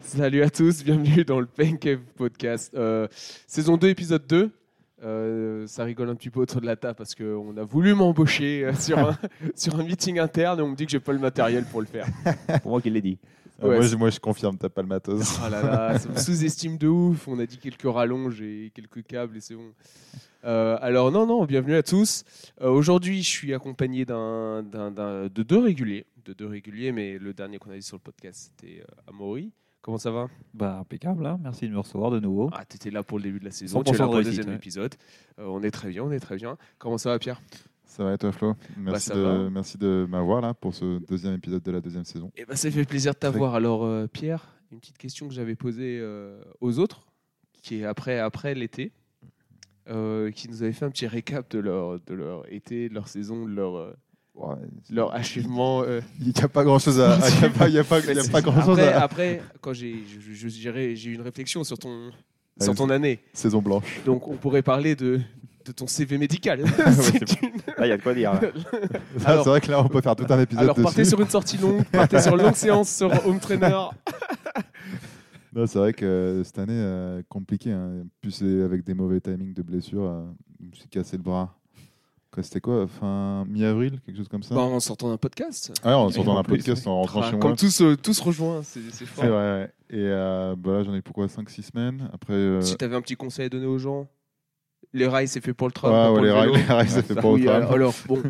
Salut à tous, bienvenue dans le Pancave Podcast. Euh, saison 2, épisode 2. Euh, ça rigole un petit peu autour de la table parce qu'on a voulu m'embaucher euh, sur, un, sur un meeting interne et on me dit que j'ai pas le matériel pour le faire. Pour moi qui l'ai dit. Ah, Ouais, moi, c'est- je, moi, je confirme, t'as pas le matos. Oh là là, ça me sous-estime de ouf. On a dit quelques rallonges et quelques câbles et c'est bon. Euh, alors non, non, bienvenue à tous. Euh, Aujourd'hui, je suis accompagné d'un, d'un- d'un- de deux réguliers, de deux réguliers, mais le dernier qu'on a dit sur le podcast, c'était euh, Amaury. Comment ça va Bah, impeccable, hein. merci de me recevoir de nouveau. Ah, t'étais là pour le début de la saison, tu es 100% là pour le réussite, deuxième ouais. épisode. Euh, on est très bien, on est très bien. Comment ça va, Pierre Ça va et toi, Flo Merci, Bah, ça de, va. merci de m'avoir là pour ce deuxième épisode de la deuxième saison. Eh ben, ça fait plaisir de t'avoir. Alors, euh, Pierre, une petite question que j'avais posée euh, aux autres, qui est après, après l'été, euh, qui nous avait fait un petit récap de leur, de leur été, de leur saison, de leur, euh, Ouais, de leur achèvement. euh. Il n'y a pas grand chose à. Il y a pas, il y a pas, il y a pas hein. grand chose Après, à. après quand j'ai je- je- je dirais- j'ai eu une réflexion sur ton, Ah, sur ton année, Saison blanche. donc on pourrait parler de, de ton CV médical. c'est C'est une- Ah, Là, il y a de quoi dire. Ça, Alors- Ah, C'est vrai que là, on peut faire tout un épisode Alors, partez dessus. sur une sortie longue, partez sur une longue séance sur Home Trainer. Non, c'est vrai que euh, cette année, euh, compliqué. Hein. En Plus c'est avec des mauvais timings de blessures, euh, je me suis cassé le bras. Quoi, C'était quoi Fin mi-avril, quelque chose comme ça Bah, en sortant d'un podcast. Ah, on Et s'entend en un plus, podcast en rentrant Ah, chez comme moi. tous, euh, tous rejoints, c'est c'est fort. C'est vrai, ouais. Et euh, bah là, j'en ai eu pourquoi 5-6 semaines. Après, euh, Si tu avais un petit conseil à donner aux gens, les rails c'est fait pour le ouais, tram, pas ouais, pour les le vélo. Ah rails, les rails, ça fait pas Oui, autre alors, alors, bon,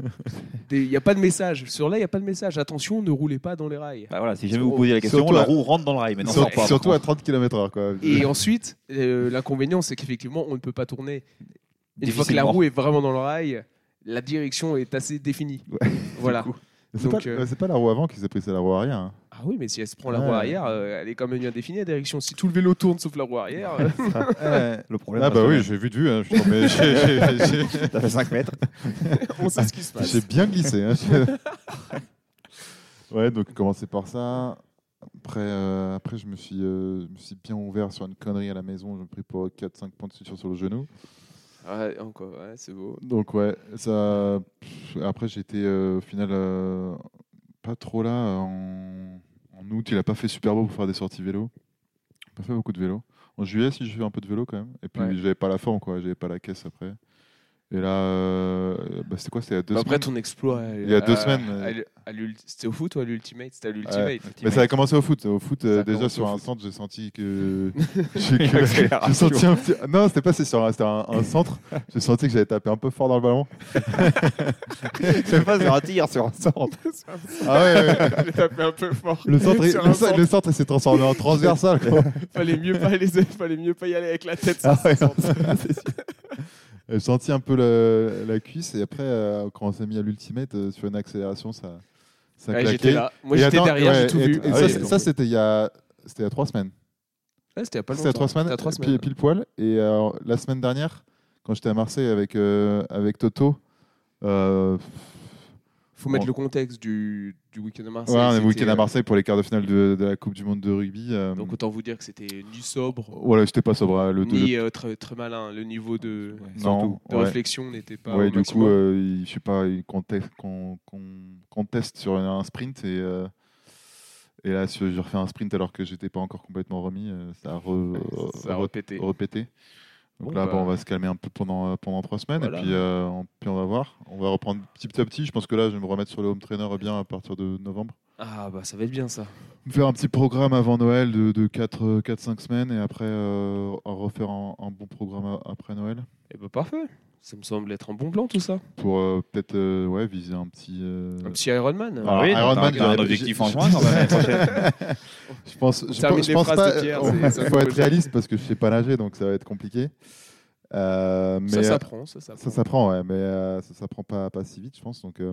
il n'y a pas de message. Sur là, il n'y a pas de message. Attention, ne roulez pas dans les rails. Bah, voilà, si jamais vous posez la question, Surtout la à- roue rentre dans le rail. Mais non, Sur- sort pas. surtout à 30 km/h. Quoi. Et ensuite, euh, l'inconvénient, c'est qu'effectivement, on ne peut pas tourner. Une fois que la Difficilement. roue est vraiment dans le rail, la direction est assez définie. Ouais. Voilà. C'est donc, pas, euh, c'est pas la roue avant qui s'est prise, c'est la roue arrière. hein. Ah oui, mais si elle se prend la Ouais. roue arrière, euh, elle est quand même bien définie la direction. Si tout le vélo tourne sauf la roue arrière, euh, Le problème, Ah bah oui, c'est j'ai vu de vue. hein, je suis tombé- j'ai- j'ai- j'ai- que t'as fait 5 mètres. on sait ce qui se passe. J'ai bien glissé. hein, je- ouais, donc commencer par ça. Après, euh, après je, me suis, euh, je me suis bien ouvert sur une connerie à la maison. Je me pris pour 4-5 points de suture sur le genou. Ouais, encore, ouais, c'est beau. Donc ouais, ça. pff, Après j'étais euh, au final euh, pas trop là en, en août. Il a pas fait super beau pour faire des sorties vélo. Pas fait beaucoup de vélo. En juillet, si je fais un peu de vélo quand même. Et puis Ouais. j'avais pas la forme quoi, j'avais pas la caisse après. Et là, euh, bah, c'était quoi C'était il y a deux Bah après semaines. ton exploit. euh, Il y a deux à- semaines, à euh. l'u- à l'ult- C'était au foot ou à l'ultimate C'était à l'ultimate. Ouais. Mais ça a commencé au foot. Au foot, euh, Ça a déjà commencé au sur un foot. centre, j'ai senti que. j'ai que- Accélération. j'ai senti un petit. Non, c'était pas c'est sur un, c'était un, un centre. J'ai senti que j'avais tapé un peu fort dans le ballon. Je sais pas, sur un tir, sur un centre. Ah ouais, ouais, ouais. J'ai tapé un peu fort. Le centre, Sur il- un le centre- centre. le centre, il s'est transformé en transversal. quoi. Fallait mieux pas aller, fallait mieux pas y aller avec la tête. Ah ouais, sur- J'ai senti un peu le- la cuisse et après, euh, quand on s'est mis à l'ultimate euh, sur une accélération, ça, ça Ouais, claquait. j'étais là. Moi Et j'étais attends, derrière, ouais, j'ai tout et- vu. et Ah ça, oui, c'est- donc- ça, c'était il y a, c'était il y a trois semaines. Ouais, c'était il y a pas C'était il y longtemps. a hein. trois semaines. C'était à trois pile- semaines. Pile, poil. Et euh, la semaine dernière, quand j'étais à Marseille avec euh, avec Toto. euh, Faut mettre Bon. le contexte du, du week-end à Marseille. ouais, on est C'était, week-end euh, à Marseille pour les quarts de finale de, de la Coupe du Monde de rugby. euh, Donc autant vous dire que c'était ni sobre, voilà, j'étais pas sobre. hein, Le, le- ni euh, très, très malin. Le niveau de, non, de ouais. réflexion n'était pas. ouais, au du maximum. coup, euh, il- je sais pas, il conteste, qu'on, qu'on- qu'on teste sur un sprint et, euh, et là, si je refais un sprint alors que j'étais pas encore complètement remis, euh, ça a, re- euh, Ça a re- répété. repété. Donc Bon, là, bah. bon, on va se calmer un peu pendant, euh, pendant trois semaines Voilà. et puis, euh, on, puis on va voir. On va reprendre petit à petit. Je pense que là, je vais me remettre sur le home trainer bien à partir de novembre. Ah bah ça va être bien ça. Me Faire un petit programme avant Noël de, de 4-5 semaines et après euh, refaire un, un bon programme a- après Noël. Et bah parfait. Ça me semble être un bon plan tout ça. pour euh, peut-être euh, ouais, viser un petit. euh, Un petit Ironman. Ah, oui, Iron Man, un j'ai- objectif j'ai- en juin, quand même, l'année prochaine. Je pense, je, termine pense- je les pense phrases pas. de Pierre, euh, c'est- ça faut coupe être le- réaliste parce que je sais pas nager, donc ça va être compliqué. Euh, mais ça euh, s'apprend, ça s'apprend. ça s'apprend, ouais, mais euh, ça s'apprend pas pas si vite, je pense. Donc euh,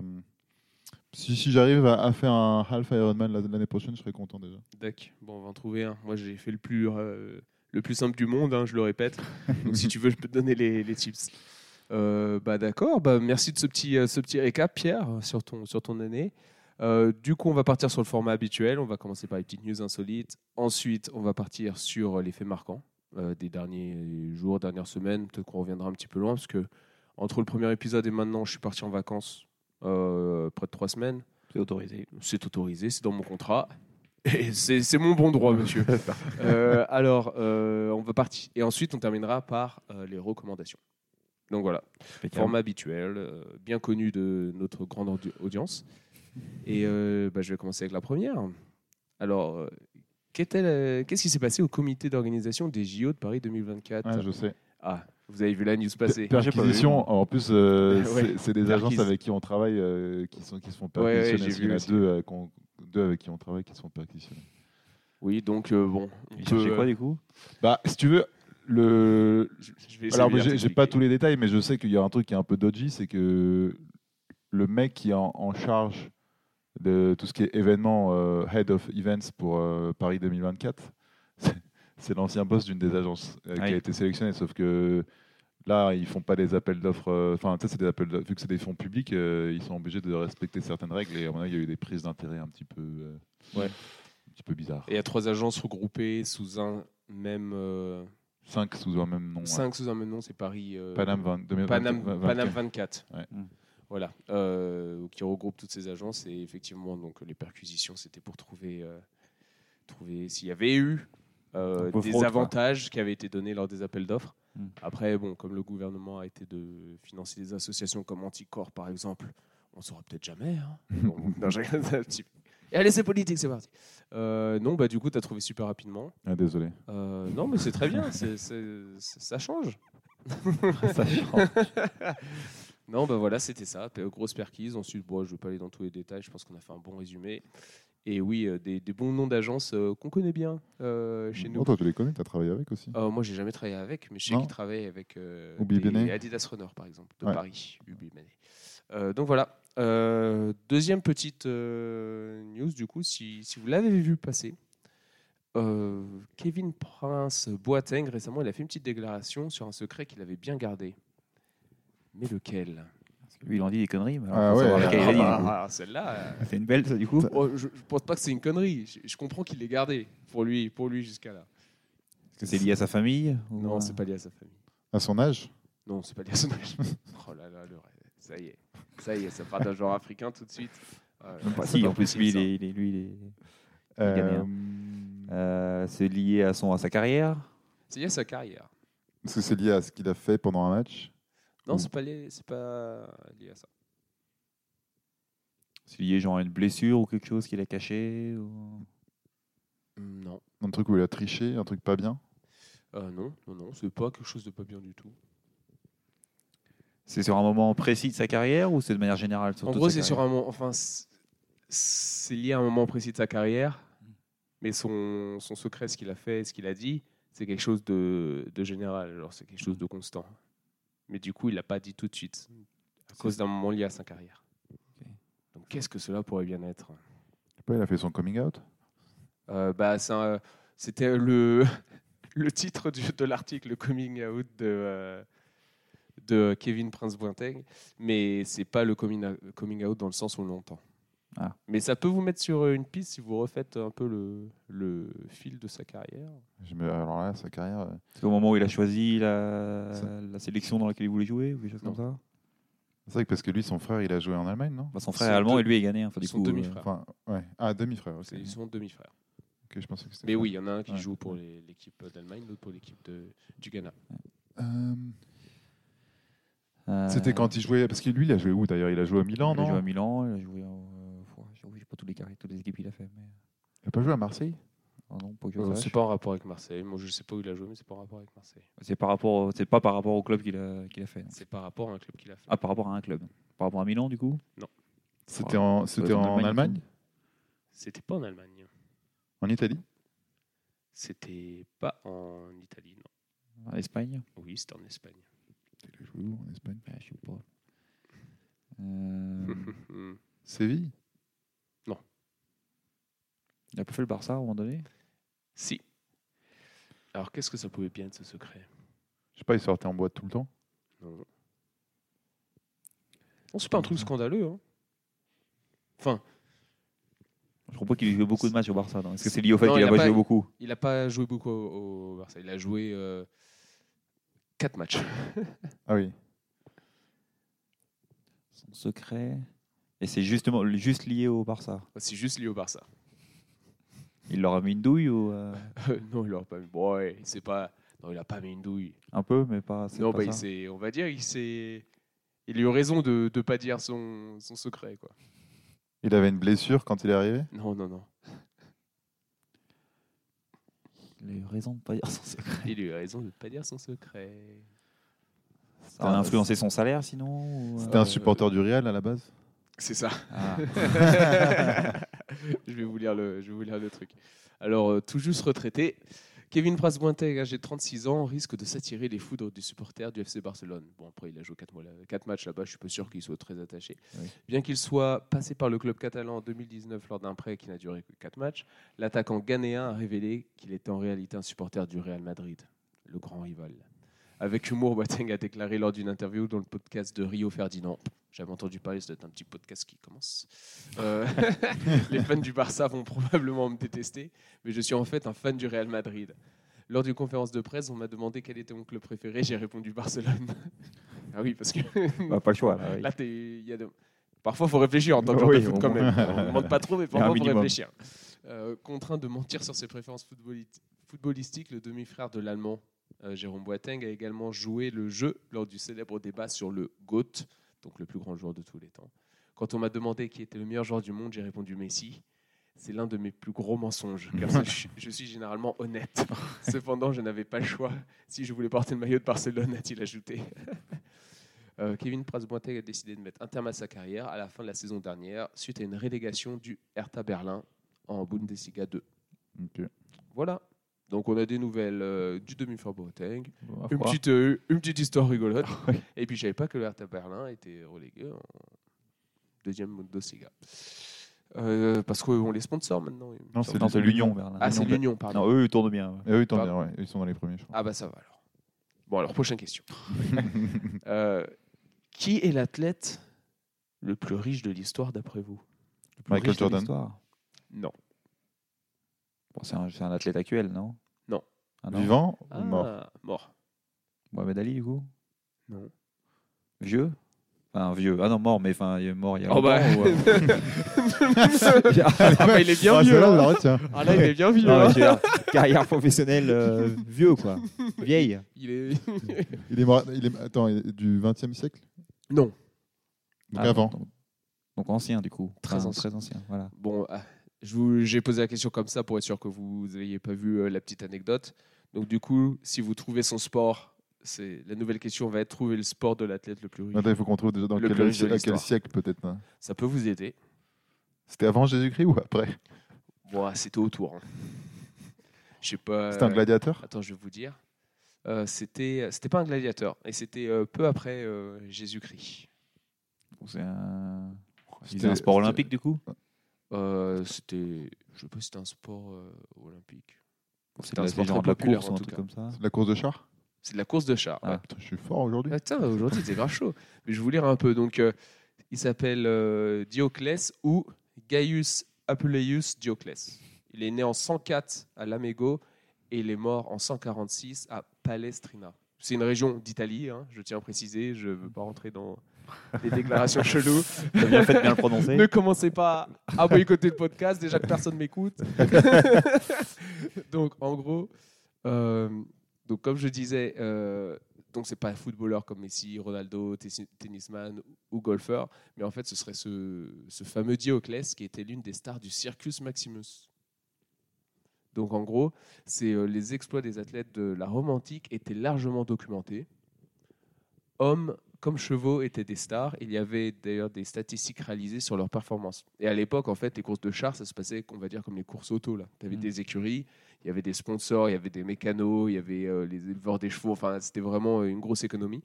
si, si j'arrive à, à faire un half Ironman la- l'année prochaine, je serai content déjà. Dac. Bon, on va en trouver un. Moi, j'ai fait le plus, euh, le plus simple du monde, hein, je le répète. Donc, si tu veux, je peux te donner les, les tips. Euh, bah, D'accord. Bah, merci de ce petit, euh, ce petit récap, Pierre, sur ton, sur ton année. Euh, du coup, on va partir sur le format habituel. On va commencer par les petites news insolites. Ensuite, on va partir sur les faits marquants euh, des derniers jours, dernières semaines. Peut-être qu'on reviendra un petit peu loin, parce que entre le premier épisode et maintenant, je suis parti en vacances euh, près de trois semaines. C'est autorisé. C'est autorisé, c'est dans mon contrat. Et C'est c'est mon bon droit, monsieur. Euh, alors, euh, on va partir. Et ensuite, on terminera par euh, les recommandations. Donc voilà, format habituel, euh, bien connu de notre grande audi- audience. Et euh, bah, je vais commencer avec la première. Alors, euh, qu'est-elle, euh, qu'est-ce qui s'est passé au comité d'organisation des JO de Paris 2024 Ah, je sais. Ah, vous avez vu la news passer. Per- Perquisition, en plus, euh, Ouais. c'est- c'est des Perquis. agences avec qui on travaille euh, qui, sont, qui se font Ouais, ouais, perquisitionner. j'ai Parce vu qu'il y en aussi. a deux, euh, qu'on- deux avec qui on travaille qui se font perquisitionner. Oui, donc euh, bon. on Il peut, cherchait euh, quoi du coup Bah, si tu veux, le, je- je vais essayer de Alors, moi, j'ai j'ai l'expliquer. pas tous les détails, mais je sais qu'il y a un truc qui est un peu dodgy, c'est que le mec qui est en, en charge de tout ce qui est événement euh, head of events pour euh, Paris 2024, c'est- c'est l'ancien boss d'une des agences euh, qui Ah oui. a été sélectionné. Sauf que là, ils font pas des appels d'offres. euh, Enfin, tu sais, c'est des appels d'offres- vu que c'est des fonds publics, euh, ils sont obligés de respecter certaines règles. Et à mon avis, il y a eu des prises d'intérêt un petit peu, euh, Ouais. un petit peu bizarres. Et il y a trois agences regroupées sous un même. euh, Cinq sous un même nom. ouais. Cinq sous un même nom, c'est Paris. euh, Paname 20, 2024. Panam, Panam 24. Ouais. Mm. Voilà, euh, qui regroupe toutes ces agences et effectivement donc les perquisitions c'était pour trouver euh, trouver s'il y avait eu euh, Un peu des fraude, quoi. avantages qui avaient été donnés lors des appels d'offres. Mm. Après bon comme le gouvernement a été de financer des associations comme Anticor par exemple, on saura peut-être jamais. hein. Bon, non, je rigole, c'est un petit peu. Et allez c'est politique c'est parti. Euh, non bah du coup tu as trouvé super rapidement. Ah, désolé. Euh, non mais c'est très bien, c'est- c'est- c'est- ça change. Ça change. Non, bah voilà, c'était ça. P- Grosse perquise. Ensuite, bon, je ne vais pas aller dans tous les détails. Je pense qu'on a fait un bon résumé. Et oui, euh, des, des bons noms d'agences euh, qu'on connaît bien euh, chez nous. Oh, toi, tu les connais, tu as travaillé avec Ah. aussi. Euh, moi, j'ai jamais travaillé avec, mais je sais Non. qu'ils travaillent avec euh, Ubi des Bene. Adidas Runner, par exemple, de Ouais. Paris. Ubi Bene. Euh, donc voilà. Euh, deuxième petite euh, news, du coup, si, si vous l'avez vu passer, euh, Kevin Prince Boateng, récemment, il a fait une petite déclaration sur un secret qu'il avait bien gardé. Mais lequel Lui, il en dit des conneries. mais alors, Ah faut ouais, savoir alors, laquelle il a dit, ah, du coup. Ah, celle-là. euh, C'est une belle, ça, du coup. Oh, je, je pense pas que c'est une connerie. Je, je comprends qu'il l'ait gardé pour lui, pour lui jusqu'à là. Est-ce que c'est lié à sa famille ou- Non, c'est pas lié à sa famille. À son âge Non, c'est pas lié à son âge. oh là là, le rêve. Ça y est, ça y est, ça part d'un genre africain tout de suite. Ah là là, Bah, c'est si, pas en plus, possible, lui, il ça. est, il est- lui, il est- Euh, Euh, c'est lié à, son, à sa carrière. C'est lié à sa carrière. Est-ce que c'est lié à ce qu'il a fait pendant un match Non, Mm. c'est pas lié, c'est pas lié à ça. C'est lié genre à une blessure ou quelque chose qu'il a caché. ou- Mm, Non, Un truc où il a triché, un truc pas bien Euh, non, non, non, c'est pas quelque chose de pas bien du tout. C'est sur un moment précis de sa carrière ou c'est de manière générale sur en toute gros, sa c'est sur carrière un moment. Enfin, c'est- c'est lié à un moment précis de sa carrière, mais son, son secret, ce qu'il a fait, ce qu'il a dit, c'est quelque chose de, de général. Alors, c'est quelque chose de constant. Mais du coup, il l'a pas dit tout de suite à cause d'un moment lié à sa carrière. Ok. Donc, qu'est-ce que cela pourrait bien être Pas, Il a fait son coming out Euh, Bah, c'est un- c'était le le titre du- de l'article, le coming out de. euh, de Kevin Prince Boateng, mais c'est pas le coming coming out dans le sens où on l'entend. Ah. Mais ça peut vous mettre sur euh, une piste si vous refaites un peu le, le fil de sa carrière. Je me- Alors là, sa carrière. euh, C'est au moment où il a choisi la, Ça- la sélection dans laquelle il voulait jouer ou quelque chose comme ça C'est vrai que parce que lui, son frère, il a joué en Allemagne, non Bah, Son frère Son est allemand deux- et lui est gagné. Enfin, du Ils sont coup, euh, demi-frères. Enfin, ouais. Ah, demi-frère. ok. C'est- Ils sont demi-frères. Ok, je pensais que c'était Mais frère. oui, il y en a un qui Ouais. joue pour les- l'équipe d'Allemagne, l'autre pour l'équipe de- du Ghana. Euh, euh, C'était quand il jouait. Parce que lui, il a joué où d'ailleurs Il a joué à Milan, Il a non joué à Milan, il a joué. en- euh, j'avoue, j'ai pas tous les carrés, toutes les équipes qu'il a fait. Mais... Il a pas joué à Marseille Ah non, pas que je Euh, sache. C'est pas en rapport avec Marseille. Moi, je sais pas où il a joué, mais c'est pas en rapport avec Marseille. C'est par rapport, au- c'est pas par rapport au club qu'il a, qu'il a fait. non. C'est par rapport à un club qu'il a fait. Ah, par rapport à un club. Par rapport à Milan, du coup. C'était en, c'était être en en Allemagne, Allemagne C'était pas en Allemagne. En Italie C'était pas en Italie, non. En Espagne. Oui, c'était en Espagne. Il a joué où En Espagne Ouais, je sais pas. Euh, Séville il a pas fait le Barça à un moment donné. si. Alors, qu'est-ce que ça pouvait bien être ce secret Je sais pas, il sortait en boîte tout le temps. Non. Non, c'est pas un truc scandaleux. hein. Enfin, Je crois pas qu'il ait joué beaucoup de matchs au Barça. non. Est-ce que c'est lié au fait Non, qu'il il a a pas pas- joué beaucoup il n'a pas joué beaucoup au, au Barça. Il a joué 4 matchs. Ah oui. Son secret. Et c'est justement juste lié au Barça. C'est juste lié au Barça. Il leur a mis une douille ou euh, non, il n'aurait pas mis. Bon, ouais, il s'est pas. Non, il a pas mis une douille. un peu, mais pas. c'est Non, pas bah, il ça. s'est- on va dire, il s'est. Il a eu raison de ne pas dire son, son secret, quoi. Il avait une blessure quand il est arrivé Non, non, non. Il a eu raison de pas dire son secret. Il a eu raison de ne pas dire son secret. Ça a influencé son salaire sinon ou, euh, C'était un supporter du Real à la base C'est ça. ah. je, vais vous lire le, je vais vous lire le truc. Alors, euh, tout juste retraité, Kevin Prasbointeg, âgé de 36 ans, risque de s'attirer les foudres des supporters du FC Barcelone. Bon, après, il a joué 4, matchs là-bas, je suis pas sûr qu'il soit très attaché. Oui. Bien qu'il soit passé par le club catalan en 2019 lors d'un prêt qui n'a duré que 4 matchs, l'attaquant ghanéen a révélé qu'il était en réalité un supporter du Real Madrid, le grand rival. Avec humour, Boateng a déclaré lors d'une interview dans le podcast de Rio Ferdinand. J'avais entendu parler, c'est un petit podcast qui commence. Euh, les fans du Barça vont probablement me détester, mais je suis en fait un fan du Real Madrid. Lors d'une conférence de presse, on m'a demandé quel était mon club préféré. J'ai répondu Barcelone. ah oui, parce que Bah, pas le choix. Là, oui. là, t'es- il y a de- parfois, faut réfléchir en tant que joueur Oui, de foot au quand moins. même. On ne demande pas trop, mais Il y a un parfois, faut minimum. réfléchir. Euh, contraint de mentir sur ses préférences footballi- footballistiques, le demi-frère de l'Allemand euh, Jérôme Boateng a également joué le jeu lors du célèbre débat sur le GOAT, donc le plus grand joueur de tous les temps. Quand on m'a demandé qui était le meilleur joueur du monde, j'ai répondu Messi. C'est l'un de mes plus gros mensonges, car je, suis- je suis généralement honnête. Cependant, je n'avais pas le choix si je voulais porter le maillot de Barcelone, a-t-il ajouté. Euh, Kevin Prasbointeg a décidé de mettre un terme à sa carrière à la fin de la saison dernière, suite à une relégation du Hertha Berlin en Bundesliga 2. euh, Ok. Voilà. Donc on a des nouvelles euh, du demi-frère Boateng, Bon, on va une voir. petite, euh, une petite histoire rigolote. Oui. Et puis je savais pas que le Hertha Berlin était relégué en deuxième Bundesliga. Euh, parce qu'on les sponsors maintenant. il me Non, semble. Non, c'est l'Union Berlin. ah, c'est Non, l'Union, pardon. Non, eux, ils tournent bien. ouais. Et eux, ils tombent Pardon. Eh bien, ouais. Ils sont dans les premiers, je crois. Ah bah ça va alors. Bon alors, prochaine question. Euh, qui est l'athlète le plus riche de l'histoire d'après vous Le plus Michael riche de Jordan. l'histoire. Non. Bon, c'est un, c'est un athlète actuel, non Non. Ah, non. Vivant ou Ah, mort Mort. Mohamed Ali, du coup Non. Vieux Enfin, vieux. Ah non, mort, mais enfin, il est mort il y a Oh longtemps. bah. ou, euh, Ah bah, il est bien Ah, vieux, celle-là, hein. on la retient. Ah là, il est bien vieux. Non, hein. mais je veux dire, carrière professionnelle, euh, vieux, quoi. Vieille. Il est... Il est mort. Il est... Attends, il est du 20e siècle non. Donc Ah, avant. Donc, donc ancien, du coup. Très ancien. Très ancien, voilà. Bon, ah, je vous- j'ai posé la question comme ça pour être sûr que vous n'ayez pas vu euh, la petite anecdote. Donc du coup, si vous trouvez son sport, c'est la nouvelle question va être trouver le sport de l'athlète le plus riche. Attends, il faut qu'on trouve déjà dans Le quel, plus riche de à quel l'histoire. siècle, peut-être. hein. Ça peut vous aider. C'était avant Jésus-Christ ou après Euh, Moi, c'était autour. Hein. Je sais pas. C'était un gladiateur Attends, je vais vous dire. Euh, c'était c'était pas un gladiateur et c'était euh, peu après euh, Jésus-Christ. Donc, C'est un... C'était- un sport olympique, du coup Euh, c'était je sais pas si c'était un sport euh, olympique. C'est un la- sport c'est genre très de la populaire, course en ou un tout truc cas. comme ça. C'est de La course de char C'est de la course de char. Ah. ouais. Putain, je suis fort aujourd'hui. Ah, Putain, aujourd'hui, c'est grave chaud. Mais je vais vous lire un peu. Donc, euh, il s'appelle euh, Dioclès ou Gaius Apuleius Dioclès. Il est né en 104 à Lamego et il est mort en 146 à Palestrina. C'est une région d'Italie, hein, je tiens à préciser. Je ne veux pas rentrer dans des déclarations cheloues. T'as bien fait de bien le prononcer. Ne commencez pas à boycotter le podcast, déjà que personne m'écoute. donc, en gros, euh, donc comme je disais, euh, donc c'est pas footballeur comme Messi, Ronaldo, tessi- tennisman ou golfeur, mais en fait, ce serait ce, ce fameux Dioclès qui était l'une des stars du Circus Maximus. Donc, en gros, c'est euh, les exploits des athlètes de la Rome antique étaient largement documentés. Hommes comme chevaux étaient des stars, il y avait d'ailleurs des statistiques réalisées sur leurs performances. Et à l'époque, en fait, les courses de chars, ça se passait, on va dire, comme les courses auto. Tu avais Mm. des écuries, il y avait des sponsors, il y avait des mécanos, il y avait euh, les éleveurs des chevaux. Enfin, c'était vraiment euh, une grosse économie.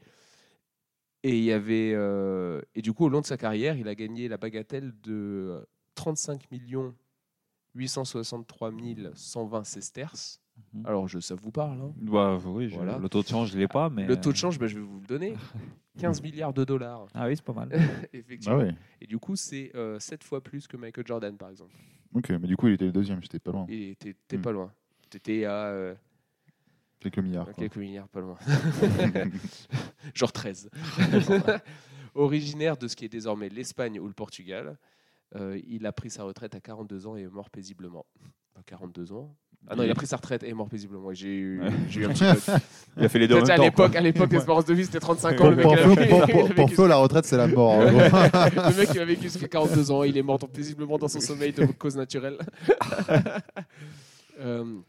Et il y avait euh, et du coup, au long de sa carrière, il a gagné la bagatelle de euh, 35 millions 863 120 sesterces. Mhm. Alors, je, ça vous parle. hein Bah, oui, je- Voilà. le taux de change, je l'ai pas, mais... euh, le taux de change, bah, je vais vous le donner. 15 milliards de dollars, Ah oui, c'est pas mal. effectivement. Bah Ah ouais. Et du coup, c'est 7 fois plus que Michael Jordan, par exemple. Ok, mais du coup, il était le deuxième, j'étais pas Mmh. loin. Et t'es t'es Hmm. pas loin. T'étais à euh, Quelques milliards. quoi. quelques milliards, pas loin. Genre 13. Originaire de ce qui est désormais l'Espagne ou le Portugal, euh, il a pris sa retraite à 42 ans et est mort paisiblement. bah, 42 ans. Ah non, il a pris sa retraite et est mort paisiblement. Et J'ai eu, j'ai eu un petit Il a fait les deux en peu. même temps. à quoi. l'époque, à l'époque, l'espérance de vie c'était 35 ans. Pour, Le mec, il Flo, avait- pour- il pour- avait pour vécu- Flo, la retraite, c'est la mort. en gros. le mec, il a vécu jusqu'à 42 ans. Il est mort paisiblement dans son sommeil de cause naturelle. Euh,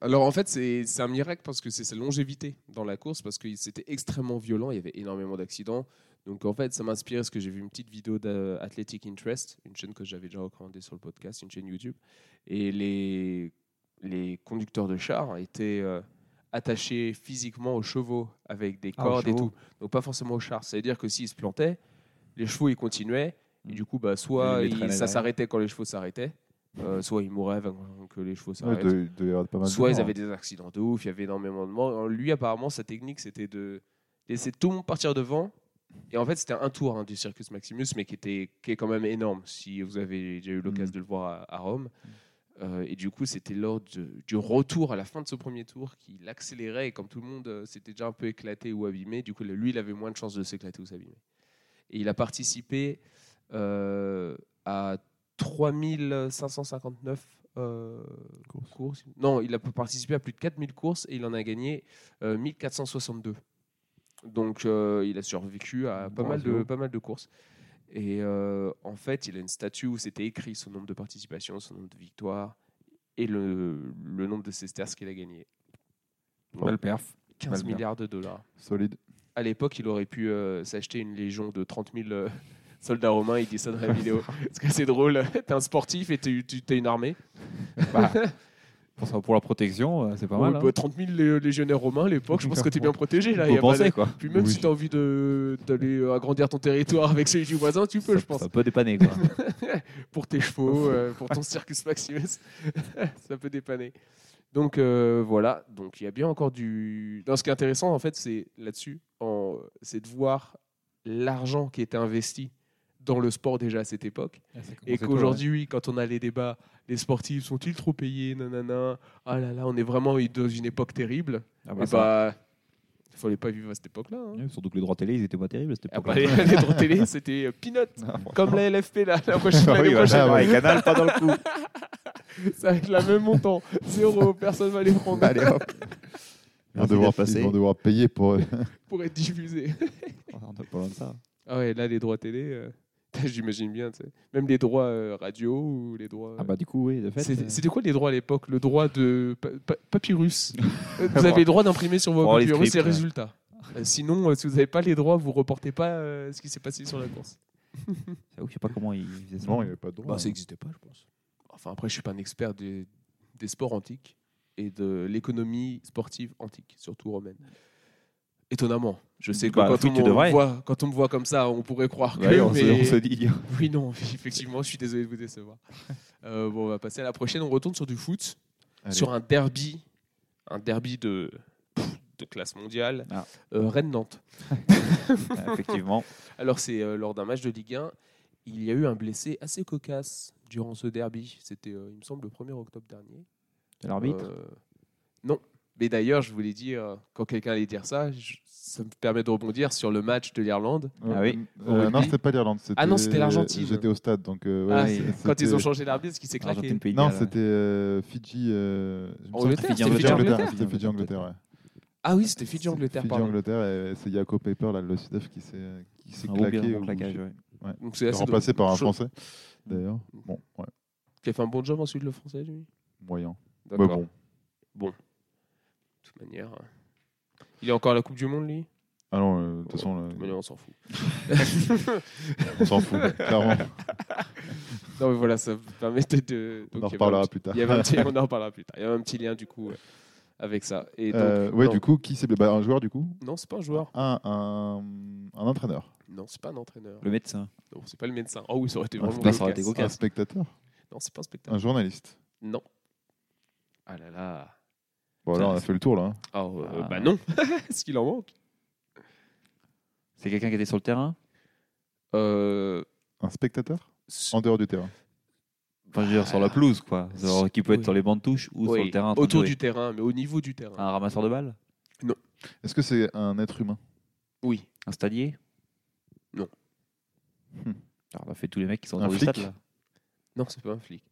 alors, en fait, c'est c'est un miracle parce que c'est sa longévité dans la course parce que c'était extrêmement violent. Il y avait énormément d'accidents. Donc, en fait, ça m'a inspiré parce que j'ai vu une petite vidéo d'Athletic Interest, une chaîne que j'avais déjà recommandée sur le podcast, une chaîne YouTube. Et les, les conducteurs de chars étaient. euh, attachés physiquement aux chevaux avec des Ah, aux cordes et chevaux. tout. Donc pas forcément aux chars. Ça veut dire que s'ils se plantaient, les chevaux ils continuaient et du coup bah soit Mm. Ils les ils- traînaient ça derrière. s'arrêtait quand les chevaux s'arrêtaient euh, soit ils mouraient avant que les chevaux Ouais, s'arrêtent de- il devait y avoir pas mal de hein. soit ils morts. avaient des accidents de ouf il y avait énormément de morts Alors, lui apparemment sa technique c'était de laisser tout le monde partir devant et en fait c'était un tour hein, du Circus Maximus mais qui était qui est quand même énorme si vous avez déjà eu l'occasion Mhm. de le voir à, à Rome Mm. Euh, et du coup, c'était lors de- du retour à la fin de ce premier tour qu'il accélérait. Et comme tout le monde euh, s'était déjà un peu éclaté ou abîmé, du coup, lui, il avait moins de chances de s'éclater ou s'abîmer. Et il a participé euh, à 3559 euh, Courses. courses. Non, il a participé à plus de 4000 courses et il en a gagné euh, 1462. Donc, euh, il a survécu à pas, Bon, mal, c'est de, haut. pas mal de courses. Et euh, en fait, il a une statue où c'était écrit son nombre de participations, son nombre de victoires et le, le nombre de sesterces qu'il a gagné. Pas mal perf. 15 bien. milliards de dollars. Solide. À l'époque, il aurait pu euh, s'acheter une légion de 30 000 euh, soldats romains. Il dit ça dans la vidéo. Parce que c'est drôle. T'es un sportif et tu t'es une armée. Bah, Pour, ça- pour la protection, euh, c'est pas Ouais, mal. hein. bah, 30 000 lé- légionnaires romains à l'époque, je pense que t'es bien protégé. Là. Faut Y a pas penser, de- quoi. Puis même Oui. si t'as envie de- d'aller euh, agrandir ton territoire avec celui du voisin, tu peux, Ça- je pense. Ça peut dépanner, quoi. pour tes chevaux, euh, pour ton Circus Maximus. ça peut dépanner. Donc euh, voilà, donc il y a bien encore du. Non, ce qui est intéressant en fait, c'est là-dessus, en- c'est de voir l'argent qui était investi dans le sport déjà à cette époque. Et qu'aujourd'hui, quand on a les débats, les sportifs sont-ils trop payés Nanana. Ah là là, on est vraiment dans une époque terrible. Ah Il bah, bah, ça- fallait pas vivre à cette époque-là. hein. Ouais, Surtout que les droits télé, ils étaient pas terribles. C'était Ah bah, les, les droits télé, c'était euh, peanut, comme la LFP là, la prochaine Ah l'année oui, prochaine. voilà, ouais, Canal, pas dans le coup. Ça va être la même montant. Zéro, personne va les prendre Allez, hop. Ils vont, Merci devoir, d'être passé. ils vont devoir payer pour. pour être diffusé. On est pas loin de ça. Ah ouais, là, les droits télé, euh, j'imagine bien, tu sais. Même les droits euh, radio ou les droits. Ah bah du coup, oui, de fait. C'était euh, c'était quoi les droits à l'époque Le droit de pa- pa- papyrus. Euh, vous avez le droit d'imprimer sur vos Pour Oh, les papyrus les scripts, ouais. résultats. Euh, Sinon, euh, si vous n'avez pas les droits, vous reportez pas euh, ce qui s'est passé sur la course. j'avoue que Je sais pas comment ils faisaient ça. Non, il n'y avait pas de droit. n'existait Bah, pas, je pense. Enfin, après, je suis pas un expert des, des sports antiques et de l'économie sportive antique, surtout romaine. Étonnamment, je sais que Bah, quand, oui, on tu me devrais. voit, quand on me voit comme ça, on pourrait croire que. Ouais, on, se, mais- on se dit. Oui, non, effectivement, je suis désolé de vous décevoir. Euh, bon, on va passer à la prochaine. On retourne sur du foot, Allez. sur un derby, un derby de, pff, de classe mondiale, Ah. Euh, Rennes-Nantes. Effectivement. Alors, c'est euh, lors d'un match de Ligue 1, il y a eu un blessé assez cocasse durant ce derby. C'était, euh, il me semble, le 1er octobre dernier. C'est l'arbitre. Euh, Non. Mais d'ailleurs, je voulais dire, euh, quand quelqu'un allait dire ça, je- ça me permet de rebondir sur le match de l'Irlande. Euh, Ah oui. euh, Rugby. non, c'était pas l'Irlande. Ah non, c'était l'Argentine. J'étais au stade, donc. euh, Ah, ouais, oui. c'était- Quand ils ont changé l'arbitre, ce qui s'est claqué. Argentine Pays de Non, Galles, ouais. c'était euh, Fidji. euh, il me semble que Angleterre, Fidji, c'était Fidji, Angleterre. Angleterre, C'était Fidji Angleterre. ouais. Ah oui, c'était Fidji-Angleterre, Fidji pardon. Angleterre et c'est Jaco Paper, là, le SIDEF qui s'est qui s'est Un bon bien- claqué. bon ou- claquage, ouais. Donc Mmh. c'est qui est assez remplacé drôle. par un Je- Français, d'ailleurs. Bon, ouais, Qui a fait un bon job ensuite, le français, lui. moyen. Mais D'accord. bon. De toute manière. euh, Il est encore à la Coupe du Monde, lui Ah non, euh, de toute façon, euh, Mais non, on s'en fout. on s'en fout, clairement. Non, mais voilà, ça vous permettait de. donc, On en il y avait reparlera un petit- plus tard. Il y avait un petit... On en reparlera plus tard. Il y avait un petit lien, du coup, euh, avec ça. Et donc, Euh, ouais, non. du coup, qui c'est bah, Un joueur, du coup Non, c'est pas un joueur. un, un, un entraîneur Non, c'est pas un entraîneur. Le médecin. Non, c'est pas le médecin. Oh oui, ça aurait été Ah, vraiment. putain, ça aurait été cocasse. cocasse. Un spectateur Non, c'est pas un spectacle. Un journaliste Non. Ah là là. Bon, là, on a fait le tour, là. hein. Ah, euh, Ah. bah non. Est-ce qu'il en manque C'est quelqu'un qui était sur le terrain Euh, Un spectateur En dehors du terrain. Enfin, je veux dire, sur la pelouse, quoi. Genre, qui peut être Ah, Oui. sur les bancs de touche ou sur oui, le terrain. en train de Autour jouer. du terrain, mais au niveau du terrain. Un ramasseur de balles Est-ce que c'est un être humain Oui. Un stadier Hum. Non. Hmm. Alors, on a fait tous les mecs qui sont Un dans le flic stade, là. Non, c'est pas un flic.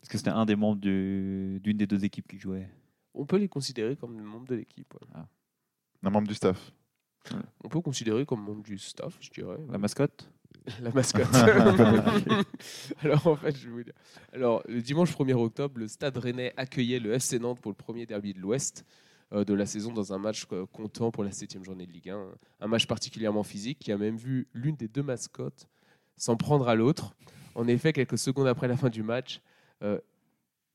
Est-ce que c'était un des membres du- d'une des deux équipes qui jouait On peut les considérer comme membre de l'équipe. ouais. Un membre du staff. On peut considérer comme membre du staff, je dirais. La mascotte La mascotte. Alors, en fait, je vais vous dire. Alors, le dimanche 1er octobre, le Stade Rennais accueillait le FC Nantes pour le premier derby de l'Ouest euh, de la saison dans un match euh, comptant pour la 7 journée de Ligue 1. Un match particulièrement physique qui a même vu l'une des deux mascottes s'en prendre à l'autre. En effet, quelques secondes après la fin du match, euh,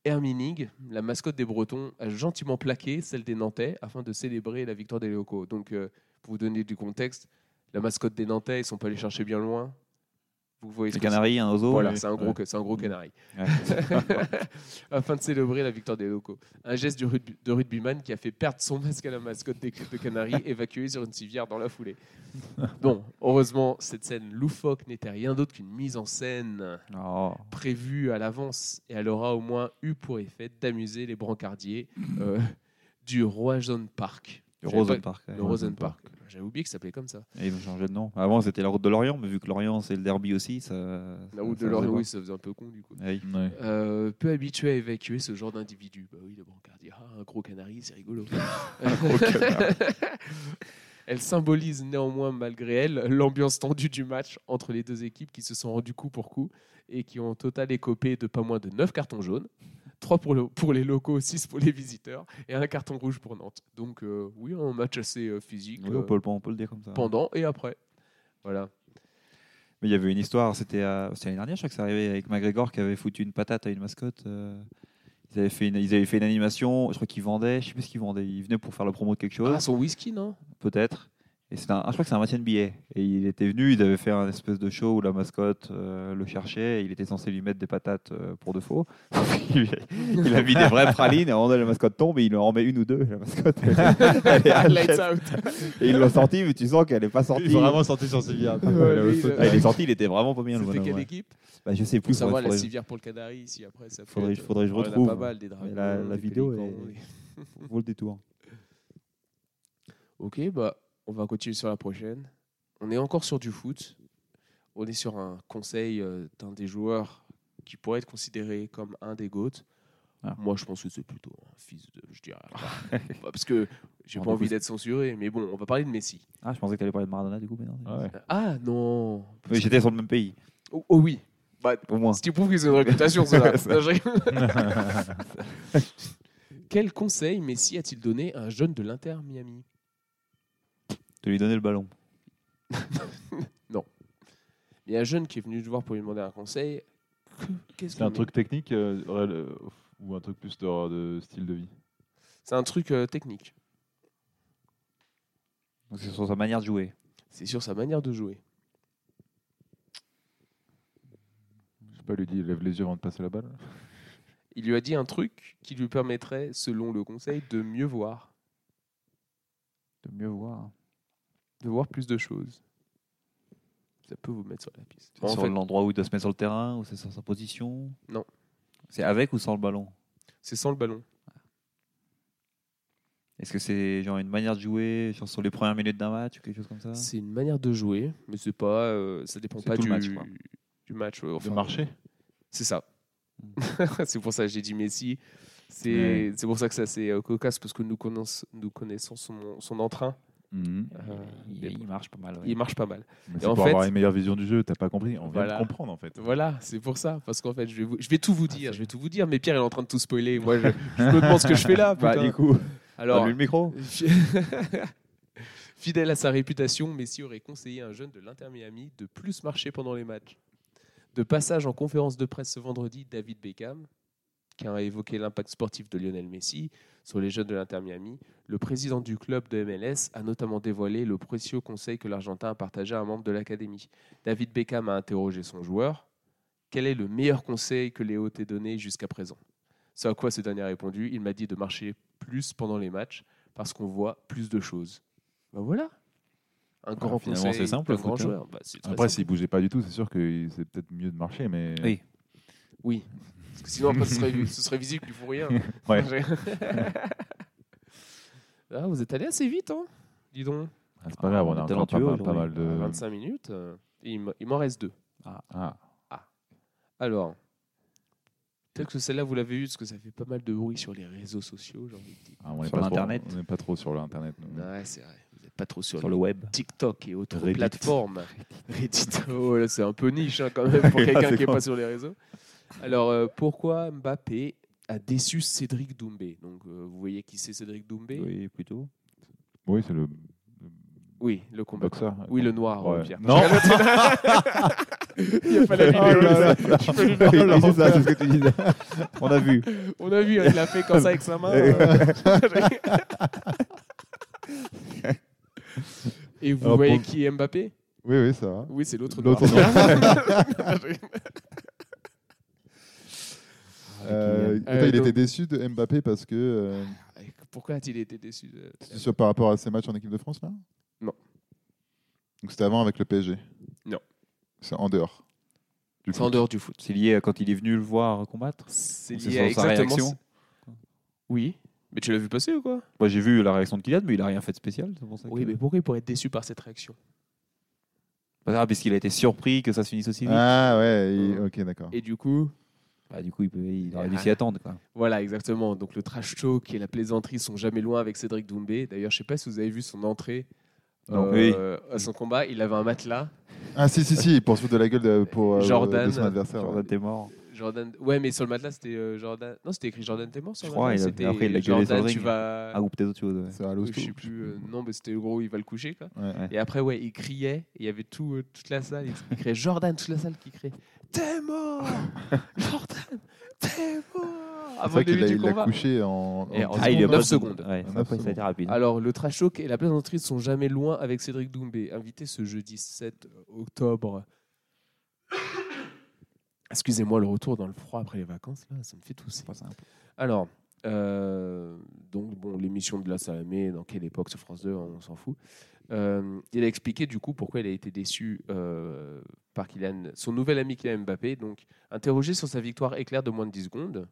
Herminig, la mascotte des Bretons, a gentiment plaqué celle des Nantais afin de célébrer la victoire des locaux. Donc, euh, pour vous donner du contexte, la mascotte des Nantais, ils ne sont pas allés chercher bien loin. Vous voyez ce C'est que c'est canari, un oiseau voilà, mais- c'est un gros, c'est un gros canari. Ouais. Afin de célébrer la victoire des locaux. Un geste du rugby- de rugbyman qui a fait perdre son masque à la mascotte des de Canaries, évacuée sur une civière dans la foulée. Bon, heureusement, cette scène loufoque n'était rien d'autre qu'une mise en scène Oh. prévue à l'avance et elle aura au moins eu pour effet d'amuser les brancardiers euh, du Roison Park. Le J'avais pas- Rosen Park. ouais. Le Roison Park. J'avais oublié que ça s'appelait comme ça. Et ils ont changé de nom. Avant, c'était la route de l'Orient, mais vu que l'Orient, c'est le derby aussi, ça. Eh La route de l'Orient, oui, Ah, ça faisait un peu con du coup. Oui. Euh, peu habitué à évacuer ce genre d'individu. Bah oui, le brancardier, ah, un gros canari, c'est rigolo. elle symbolise néanmoins, malgré elle, l'ambiance tendue du match entre les deux équipes qui se sont rendues coup pour coup et qui ont au total écopé de pas moins de 9 cartons jaunes. 3 pour, le- pour les locaux, 6 pour les visiteurs et un carton rouge pour Nantes. Donc euh, oui, un match assez euh, physique Oui, on, euh, peut, le- on peut le dire comme ça. pendant et après. Voilà. Mais il y avait une histoire, c'était à- c'était l'année dernière, je crois que c'est arrivé avec McGregor qui avait foutu une patate à une mascotte. euh, Ils avaient, fait une, ils avaient fait une animation, je crois qu'ils vendaient, je sais plus ce qu'ils vendaient, ils venaient pour faire la promo de quelque chose, Ah, son whisky, non peut-être. Et c'est un, ah, je crois que c'est un match NBA. Et il était venu, ils avaient fait un espèce de show où la mascotte euh, le cherchait, et il était censé lui mettre des patates euh, pour de faux. il, il a mis des vraies pralines, et à un moment donné, la mascotte tombe, et il en met une ou deux. et La mascotte, elle, est- elle est Lights à out. chef. et ils l'ont sorti, mais tu sens qu'elle n'est pas sortie. Il est vraiment sorti sur ses gardes. Ouais, lui, Ah, il est sorti, il était vraiment pas bien le C'était bonhomme, quelle ouais. équipe Bah, je sais Pour plus. savoir faudrait- la faudrait- civière pour le canari, ici après ça peut Faudrait- être- faudrait que je Oh, il y en a retrouve. pas mal, des dragons, la- des la vidéo pélicans, est- des- vaut le détour. Ok, bah on va continuer sur la prochaine. On est encore sur du foot. On est sur un conseil euh, d'un des joueurs qui pourrait être considéré comme un des GOAT. Ah. Moi, je pense que c'est plutôt un fils de. Je dirais. bah, parce que j'ai On pas envie repousse. d'être censuré, mais bon, on va parler de Messi. Ah, je pensais que t'allais parler de Maradona du coup, mais non. Ah non Oui, j'étais sur le même pays, Oh, oh oui Bah, au moins. Si tu prouves qu'ils ont une réputation, ceux-là. Non, je rigole. Quel conseil Messi a-t-il donné à un jeune de l'Inter Miami De lui donner le ballon. Il y a un jeune qui est venu te voir pour lui demander un conseil. Que- Qu'est-ce C'est un qu'on truc technique euh, ouais, le- ou un truc plus de, de style de vie est C'est un truc euh, technique. Donc, C'est sur sa manière de jouer. C'est sur sa manière de jouer. Je sais pas, lui dit lève les yeux avant de passer la balle. Il lui a dit un truc qui lui permettrait, selon le conseil, de mieux voir, De mieux voir. de voir plus de choses. Ça peut vous mettre sur la piste. C'est En sur fait, l'endroit où il doit se mettre sur le terrain, ou c'est sur sa position Non. C'est avec ou sans le ballon c'est sans le ballon. Est-ce que c'est genre une manière de jouer genre sur les premières minutes d'un match ou quelque chose comme ça C'est une manière de jouer, mais c'est pas, euh, ça dépend Ah. C'est pas tout du le match, quoi. du match. ouais, De enfin, marcher C'est ça. c'est pour ça que j'ai dit Messi. C'est Mm. Ouais. c'est pour ça que ça c'est euh, cocasse parce que nous connaissons, nous connaissons son, son entrain. Euh, il, il marche pas mal. ouais. Il marche pas mal. Mm-hmm. Mais en c'est pour fait- avoir une meilleure vision du jeu, t'as pas compris. On vient Voilà. de comprendre en fait. Voilà, c'est pour ça. Parce qu'en fait, je vais, vous- je vais tout vous Ah, dire. Je vais tout vous dire. Mais Pierre il est en train de tout spoiler. Moi, je, je me demande ce que je fais là. Bah, putain. du coup, Alors, allume le micro. Fidèle à sa réputation, Messi aurait conseillé à un jeune de l'Inter Miami de plus marcher pendant les matchs. De passage en conférence de presse ce vendredi, David Beckham, qui a évoqué l'impact sportif de Lionel Messi sur les jeunes de l'Inter Miami, le président du club de MLS a notamment dévoilé le précieux conseil que l'Argentin a partagé à un membre de l'académie. David Beckham a interrogé son joueur Quel est le meilleur conseil que Léo t'ait donné jusqu'à présent Ce à quoi ce dernier a répondu Il m'a dit de marcher plus pendant les matchs parce qu'on voit plus de choses. Ben voilà un grand Ah, finalement, conseil, c'est simple, d'un le foot, grand hein. joueur. Bah, c'est très Après, simple. s'il bougeait pas du tout, c'est sûr que c'est peut-être mieux de marcher, mais. Oui. Oui. Parce que sinon, après, ce serait, ce serait visible qu'il faut rien. Ouais. Ah, vous êtes allé assez vite, hein Dis donc. Ah, c'est pas grave, on a Ah, encore pas, talentueux, mal- pas mal de. À 25 minutes. euh, Il m- il m'en reste deux. Ah, Alors, Peut-être que celle-là, vous l'avez eue, parce que ça fait pas mal de bruit sur les réseaux sociaux, j'ai envie de dire. Ah, on est Sur pas trop- l'Internet. On n'est pas trop sur l'internet. nous. Ouais, c'est vrai. Vous n'êtes pas trop sur, sur le le web. TikTok et autres Reddit. plateformes. Reddit. Oh, là, c'est un peu niche hein, quand même pour Ah, quelqu'un c'est qui n'est grand. pas sur les réseaux. Alors, euh, pourquoi Mbappé a déçu Cédric Doumbé Donc, euh, vous voyez qui c'est Cédric Doumbé Oui, plutôt. Oui, c'est le Oui, le combattant. boxeur. Oui, le noir, euh, Pierre. Non, Il n'y a pas la Oh vidéo. là là. Tu peux lui- Oui, c'est ça, c'est ce que tu disais. On a vu. On a vu, hein, il a fait comme ça avec sa main. euh. Et vous Alors, voyez pour- qui est Mbappé oui, oui, ça va. Oui, c'est l'autre noir. L'autre Euh, Avec, euh, attends, il donc- était déçu de Mbappé parce que euh, Et Pourquoi a-t-il été déçu de- c'était sur- par rapport à ses matchs en équipe de France là. Non. Donc c'était avant avec le PSG. Non. C'est en dehors. Du C'est en foot. dehors du foot. C'est lié à quand il est venu le voir combattre. C'est C'est lié à sur sa exactement. réaction. ce- Oui. Mais tu l'as vu passer ou quoi Moi, j'ai vu la réaction de Kylian, mais il a rien fait de spécial. c'est pour ça Oui, que- mais pourquoi il pourrait être déçu par cette réaction Ah, parce qu'il a été surpris que ça se finisse aussi vite. Ah ouais, il- ok, d'accord. Et du coup, Bah, du coup, il, peut- il aurait dû s'y attendre. quoi. Voilà, exactement. Donc le trash talk et la plaisanterie sont jamais loin avec Cédric Doumbé. D'ailleurs, je sais pas si vous avez vu son entrée Non. euh, à son combat. Il avait un matelas. Ah si, si, si, pour se foutre de la gueule de, pour, euh, Jordan. de son adversaire. Jordan, t'es mort. Jordan. Ouais, mais sur le matelas, c'était euh, Jordan. Non, c'était écrit Jordan Témor sur Je le crois, matelas. il a- C'était après, il l'a gueulé sur Jordan, le tu ring. vas. Ah, ou peut-être autre chose. ouais. C'est à je sais plus. euh, non, mais c'était le gros, il va le coucher. Quoi. Ouais. Et après, ouais, il criait. et Il y avait tout, euh, toute la salle. Il, il criait Jordan, toute la salle qui criait Témor Jordan Témor C'est Avant le vrai qu'il début a- du il l'a combat. couché en, Et en dix Ah, il est secondes. neuf secondes. Ouais, En ça, neuf après, ça a été rapide. Alors, le trash talk et la plaisanterie ne sont jamais loin avec Cédric Doumbé, invité ce jeudi 7 octobre. Excusez-moi le retour dans le froid après les vacances, là, ça me fait tousser. Pas simple. Alors, euh, donc, bon, l'émission de la Salamé, dans quelle époque sur France 2, on s'en fout. Euh, il a expliqué du coup pourquoi il a été déçu euh, par Kylian, son nouvel ami Kylian Mbappé. Donc, interrogé sur sa victoire éclair de moins de 10 secondes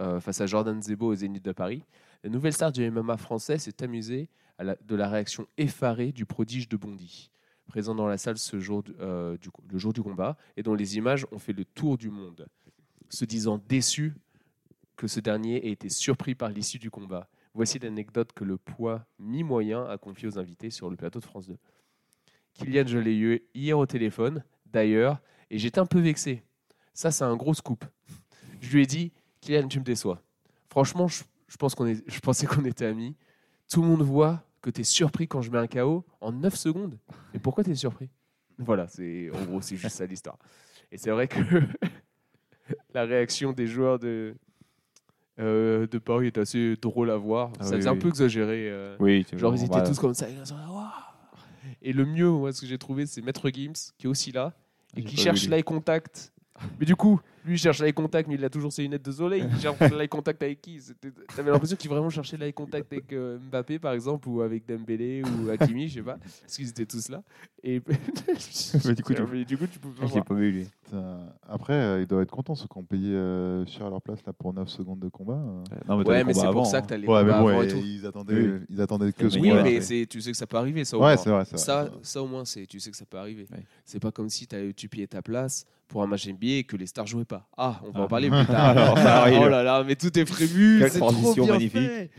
euh, face à Jordan Zebo au Zénith de Paris, la nouvelle star du MMA français s'est amusée à la- de la réaction effarée du prodige de Bondy, présent dans la salle ce jour du- euh, du- le jour du combat et dont les images ont fait le tour du monde, se disant déçu que ce dernier ait été surpris par l'issue du combat. Voici l'anecdote que le poids mi-moyen a confiée aux invités sur le plateau de France 2. Kylian, je l'ai eu hier au téléphone, d'ailleurs, et j'étais un peu vexé. Ça, c'est un gros scoop. Je lui ai dit, Kylian, tu me déçois. Franchement, je, je pense qu'on est, je pensais qu'on était amis. Tout le monde voit que tu es surpris quand je mets un KO en 9 secondes. Et pourquoi tu es surpris Voilà, c'est en gros, c'est juste ça l'histoire. Et c'est vrai que la réaction des joueurs de, euh, de Paris est assez drôle à voir. Ah ça oui, faisait un oui. peu exagéré. euh, Oui, tu- Genre, on ils étaient va- tous comme ça. ils sont là, Waouh Et le mieux, moi, ce que j'ai trouvé, c'est Maître Gims, qui est aussi là, et J'ai qui pas cherche vu, lui. l'eye contact. Mais du coup, lui, il cherche l'eye contact, mais il a toujours ses lunettes de soleil. Il cherche l'eye contact avec qui C'était- T'avais l'impression qu'il vraiment cherchait l'eye contact avec euh, Mbappé, par exemple, ou avec Dembélé, ou Hakimi, je sais pas, parce qu'ils étaient tous là. Et Mais du coup, tu- Mais du coup, tu peux Ah, pas Je l'ai voir. pas vu, lui. Putain. Après, euh, ils doivent être contents ceux qui ont payé euh, cher leur place là, pour 9 secondes de combat. euh. Non, mais t'as Ouais, le mais combat c'est avant, pour ça hein. que t'as les Ouais, mais combats bon, avant et et- tout. ils attendaient, Oui. ils attendaient que Mais ce Oui, combat. Ouais. mais c'est- tu sais que ça peut arriver, ça. au moins. Ouais, c'est vrai, c'est vrai. Ça, ça au moins, c'est, tu sais que ça peut arriver. Ouais. C'est pas comme si t'avais- tu payais ta place pour un match NBA et que les stars jouaient pas. Ah, on va Ah. en parler plus tard. Alors, ça arrive. oh là là, mais tout est prévu. Quelle c'est trop transition bien magnifique. fait.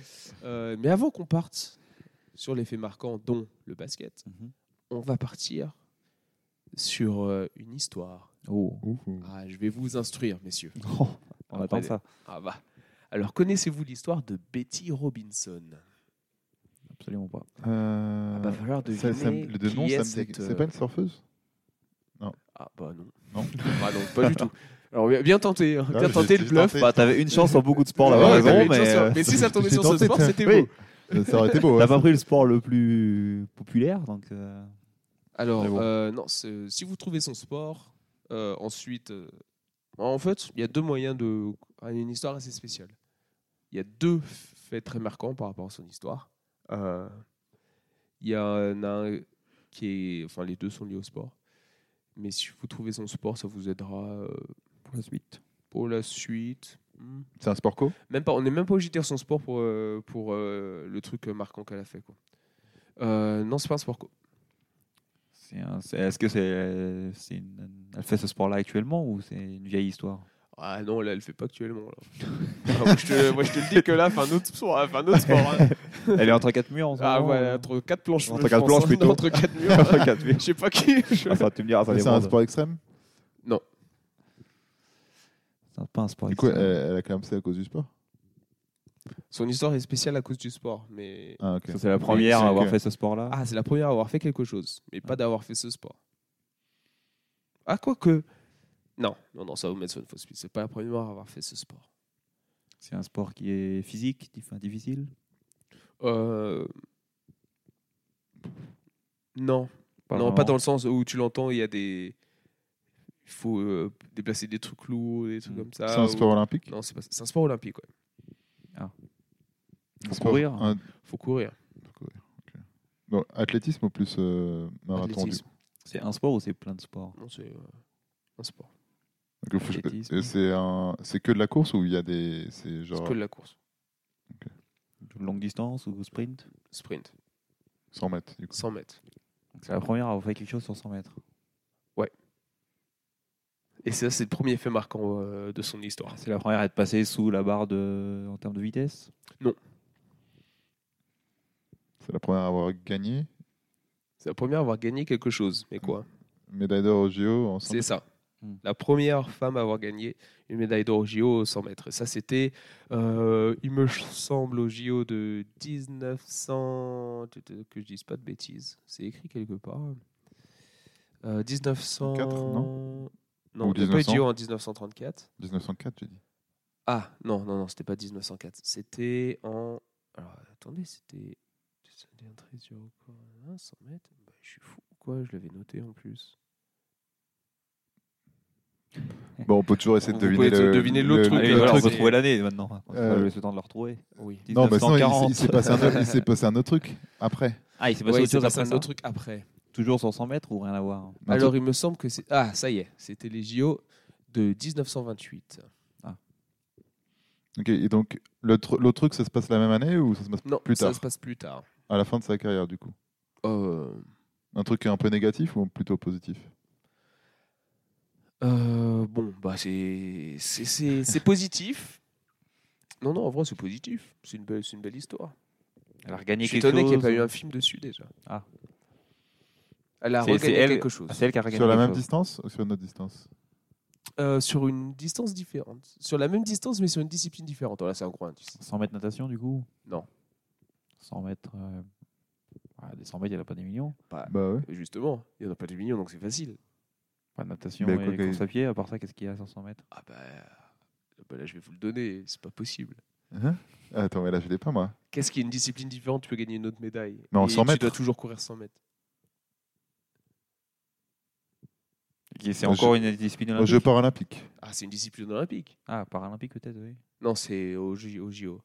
Euh, mais avant qu'on parte sur les faits marquants, dont le basket, Mhm. on va partir sur euh, une histoire. Oh, Ouf, ouf. Ah, je vais vous instruire, messieurs. on attend Après- ça. Ah bah. Alors, connaissez-vous l'histoire de Betty Robinson Absolument pas. Euh, Ah bah, falloir ça- ça me- deviner le de qui nom, est ça me dit- cette, euh, c'est pas une surfeuse Ah bah non. Non. Ah non, pas du tout. Alors bien- bien tenté, hein. Ah, bien j'ai- tenté le j'ai bluff. tenté. Bah, t'avais une chance en beaucoup de sports Ouais, là-bas, ouais, t'avais raison, une chance mais. sur- euh, mais si ça tombait j'ai sur ce tenté, sport, tiens. c'était Oui. beau. Ça aurait été beau. T'as hein. pas pris le sport le plus populaire, donc. euh, Alors Mais bon. euh, non, c'est- si vous trouvez son sport, euh, ensuite, euh, en fait, il y a deux moyens de ah, une histoire assez spéciale. Il y a deux faits très marquants par rapport à son histoire. Euh, Il y en a un qui est, enfin, les deux sont liés au sport. Mais si vous trouvez son sport, ça vous aidera euh, Pour la suite. pour la suite. Hmm. C'est un sport co Même pas, on n'est même pas obligé de dire son sport pour, euh, pour euh, le truc marquant qu'elle a fait. Quoi. Euh, non, c'est pas un sport. co. C'est un- c'est- Est-ce que c'est. c'est une- Elle fait ce sport-là actuellement ou c'est une vieille histoire Ah non, là, elle le fait pas actuellement. là. Ah, moi, je te, moi, je te le dis que là, fin autre sport. hein, fin autre sport hein. Elle est entre quatre murs en ce Ah moment. ouais, entre quatre planches. Entre je quatre pense, planches, hein. plutôt. Entre quatre murs. Entre quatre Je murs. sais pas qui. je- Ah, ça, tu me diras, ça Mais C'est un dépend. sport extrême C'est pas un sport. Du coup, euh, elle, extrême. elle a clamsé à cause du sport Son histoire est spéciale à cause du sport. Mais... Ah, ok. Ça, c'est la première à avoir que- fait ce sport-là. Ah, c'est la première à avoir fait quelque chose, mais pas d'avoir fait ce sport. Ah, quoique. Non, non, non, ça va vous mettre sur une fausse piste. C'est pas la première à avoir fait ce sport. C'est un sport qui est physique, dif- difficile. Euh, Non. non, vraiment. pas dans le sens où tu l'entends, il y a des. Il faut euh, déplacer des trucs lourds, des trucs Mm. comme ça. C'est un Ah, ou- sport olympique Non, c'est pas... c'est un sport olympique, ouais. Un sport- courir. un- Faut courir. Bon, athlétisme ou plus euh, marathon du Athlétisme. C'est un sport ou c'est plein de sports Non, c'est euh, un sport. Donc, le foot- Athlétisme. et euh, c'est un- c'est que de la course ou il y a des c'est C'est genre que de la course. Longue distance ou sprint Sprint, 100 mètres du coup. 100 mètres. Donc, C'est la première à avoir fait quelque chose sur 100 mètres. Et ça, c'est le premier fait marquant euh, de son histoire. C'est la première à être passée sous la barre de... en termes de vitesse. C'est la première à avoir gagné C'est la première à avoir gagné quelque chose. Mais quoi médaille d'or au JO en 100 C'est ça. Mm. La première femme à avoir gagné une médaille d'or au JO 100 mètres. Et ça, c'était, euh, il me semble, au JO de 1900. tu- tu- Que je dise pas de bêtises. C'est écrit quelque part. Euh, 1900. Quatre, Non, Ou il n'y a pas eu de 1900. JO en 1934. 1904 j'ai dit. Ah, non, non, non, c'était pas 1904. C'était en. Alors, attendez, c'était. C'était un 13 sur record, hein, 100 mètres. Bah, je suis fou, ou quoi, je l'avais noté en plus. Bon, on peut toujours essayer de Vous deviner pouvez le, deviner l'autre truc, Allez, le Ah, voilà, on truc, peut c'est- trouver l'année maintenant. On Euh, va laisser le temps de la retrouver. Oui. Non, bah, mais sinon, il s'est- il 1940. s'est passé, un autre- il s'est passé un autre truc après. Ah, il s'est Ouais, passé il autre s'est chose passé après un ça autre truc après. Toujours sur 100 mètres ou rien à voir Un Alors, truc- il me semble que c'est. Ah, ça y est, c'était les JO de 1928. Ok, et donc, le tr- l'autre truc, ça se passe la même année ou ça se passe Non, plus ça tard se passe plus tard. À la fin de sa carrière, du coup. Euh, Un truc qui est un peu négatif ou plutôt positif euh, bon, bah, c'est. c'est- C'est c'est positif. Non, non, en vrai, c'est positif. C'est une, belle- c'est une belle histoire. Elle a regagné Je suis quelque chose. étonné qu'il n'y ait pas eu un film dessus déjà. Ah. Elle a C'est- regagné c'est elle- quelque chose. Ah, c'est elle qui a regagné Sur la quelque même chose. distance ou sur une autre distance Euh, sur une distance différente. Sur la même distance, mais sur une discipline différente. Oh, là, c'est un gros indice. 100 mètres natation, du coup Non. 100 mètres. euh, ah, des 100 mètres, il n'y en a pas des millions. Bah ouais. Et Justement, il n'y en a pas des millions, donc c'est facile. Pas de natation Mais et quoi, course à pied. À part ça, qu'est-ce qu'il y a sur 100 mètres Ah bah, bah là, je vais vous le donner. C'est pas possible. Hein Attends, mais là, je l'ai pas, moi. Qu'est-ce qui est une discipline différente Tu peux gagner une autre médaille. Mais en Et 100 Tu dois mètres. toujours courir 100 mètres. C'est Moi, encore une discipline Aux olympique Jeux paralympiques. Ah, c'est une discipline olympique Ah, paralympique peut-être, oui. Non, c'est au, J- au JO.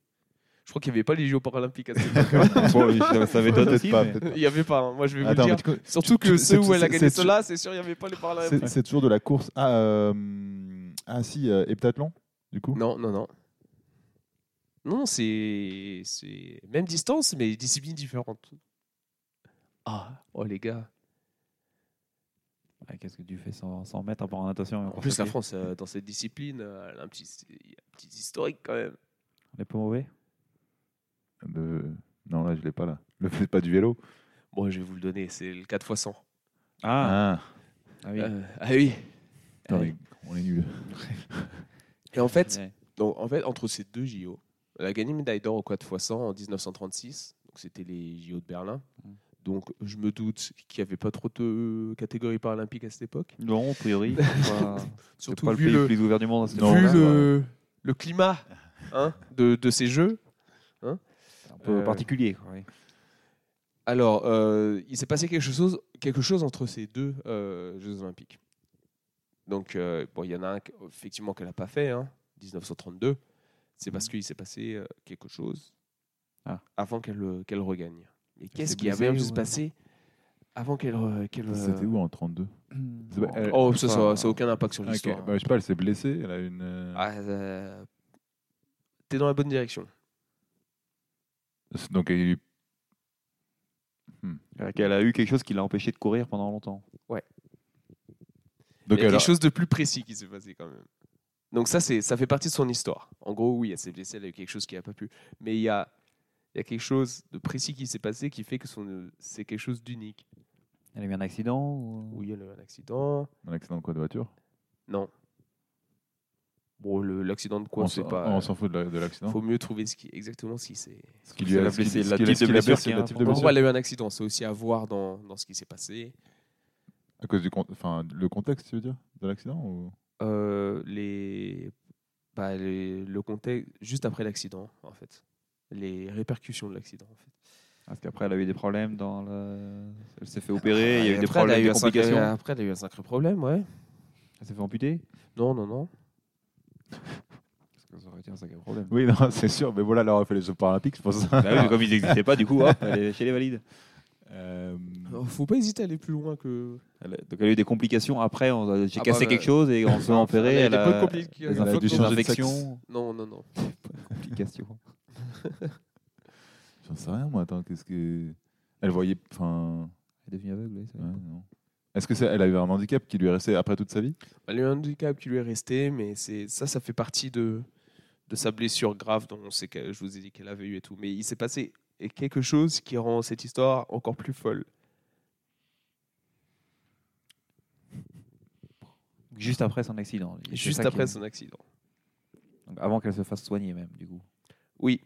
Je crois qu'il n'y avait pas les JO paralympiques à cette époque. ça Peut-être pas, peut-être Il n'y avait pas, hein. moi je vais vous Attends, le mais dire. du coup, Surtout tu- que ceux c'est- où elle a c'est- gagné c'est- cela, c'est sûr, il n'y avait pas les paralympiques. c'est- c'est toujours de la course. Ah, euh, ah si, euh, heptathlon, du coup Non, non, non. Non, c'est c'est même distance, mais discipline différente. Ah, oh les gars. Ah, Qu'est-ce que tu fais 100, 100 mètres à part en natation et En course plus, à la pied France, euh, dans cette discipline, euh, elle a un petit, il y a un petit historique quand même. On est pas mauvais Le- Non, là, je l'ai pas, là. Le fait pas du vélo. Bon, je vais vous le donner, c'est le 4 x 100. Ah, Ah, ah oui. Euh, ah oui. putain, mais on est nuls. Et en fait, Ouais. donc, en fait, entre ces deux JO, elle a gagné une médaille d'or au 4 x 100 en 1936. Donc, c'était les JO de Berlin. Mm. Donc, je me doute qu'il n'y avait pas trop de catégories paralympiques à cette époque. Non, a priori, c'est pas, c'est Surtout pas le vu pays le, le plus ouvert du monde. à cette Non, vu époque-là. le, le climat hein, de, de ces jeux. C'est un peu Euh, particulier. quoi, oui. Alors, euh, il s'est passé quelque chose, quelque chose entre ces deux euh, Jeux Olympiques. Donc, euh, bon, il y en a un qu- effectivement qu'elle n'a pas fait, hein, 1932. C'est Mhm. parce qu'il s'est passé euh, quelque chose Ah. avant qu'elle euh, qu'elle regagne. Mais qu'est-ce s'est qui blessée avait pu se ou- passer avant qu'elle. euh, qu'elle, euh, euh, C'était où en 32 C'est pas- elle- Oh, ça, ça, ça a aucun impact sur Ok, l'histoire. hein. bah, je sais pas, elle s'est blessée, elle a une. euh, Ah, euh, T'es dans la bonne direction. c'est- Donc elle a eu- Elle a eu quelque chose qui l'a empêché de courir pendant longtemps. donc il y a elle a- quelque chose de plus précis qui s'est passé quand même. Donc ça, c'est, ça fait partie de son histoire. En gros, oui, à CFDC, elle a eu quelque chose qui n'a pas pu. Mais il y a, il y a quelque chose de précis qui s'est passé qui fait que son- c'est quelque chose d'unique. Elle a eu un accident ou... Oui, il y a eu un accident. Un accident de quoi de voiture Non. Bon, le- l'accident de quoi, On c'est s'en- pas... On s'en fout de la- de l'accident. faut mieux trouver ce qui, exactement ce qui s'est... Ce qui lui a- ce qui- blessé, ce la qui- type ce qui de l'a blessure blessé, qui est la type de Bon, blessure. elle a eu un accident, c'est aussi à voir dans, dans ce qui s'est passé. À cause du con- enfin, le contexte, tu veux dire De l'accident ou... Euh, les, bah, les- le contexte juste après l'accident, en fait. Les répercussions de l'accident, en fait. Parce qu'après, elle a eu des problèmes dans le... Ah, Elle s'est fait opérer, il y a eu Et des après, elle problèmes, des un sacré- complications. Après, elle a eu un sacré problème, ouais. Elle s'est fait amputer Non, non, non. Parce que ça aurait été un sacré problème. Bah Oui, non, c'est sûr, mais voilà, elle aurait fait les Jeux Paralympiques, je pense. comme ils n'existaient pas, du coup, hop, elle est chez les valides. Euh, Faut pas hésiter à aller plus loin que. Elle a- Donc elle a eu des complications après, on a- j'ai Ah cassé bah, quelque chose et on s'est opéré. Ah, Elle a eu Elle des a bonnes complications. des Elle a dû infections- changer de infections. Non, non, non. Complications. J'en sais rien, moi. Attends, qu'est-ce que. Elle voyait. Enfin. Elle est devenue aveugle, oui, ça ouais, va. non. Est-ce que ça, elle avait un handicap qui lui est resté après toute sa vie Elle a eu un handicap qui lui est resté, mais c'est ça, ça fait partie de, de sa blessure grave dont on sait que je vous ai dit qu'elle avait eu et tout. Mais il s'est passé quelque chose qui rend cette histoire encore plus folle. Juste après son accident. C'est Juste ça qui- après son accident. Donc, avant qu'elle se fasse soigner même, du coup. Oui.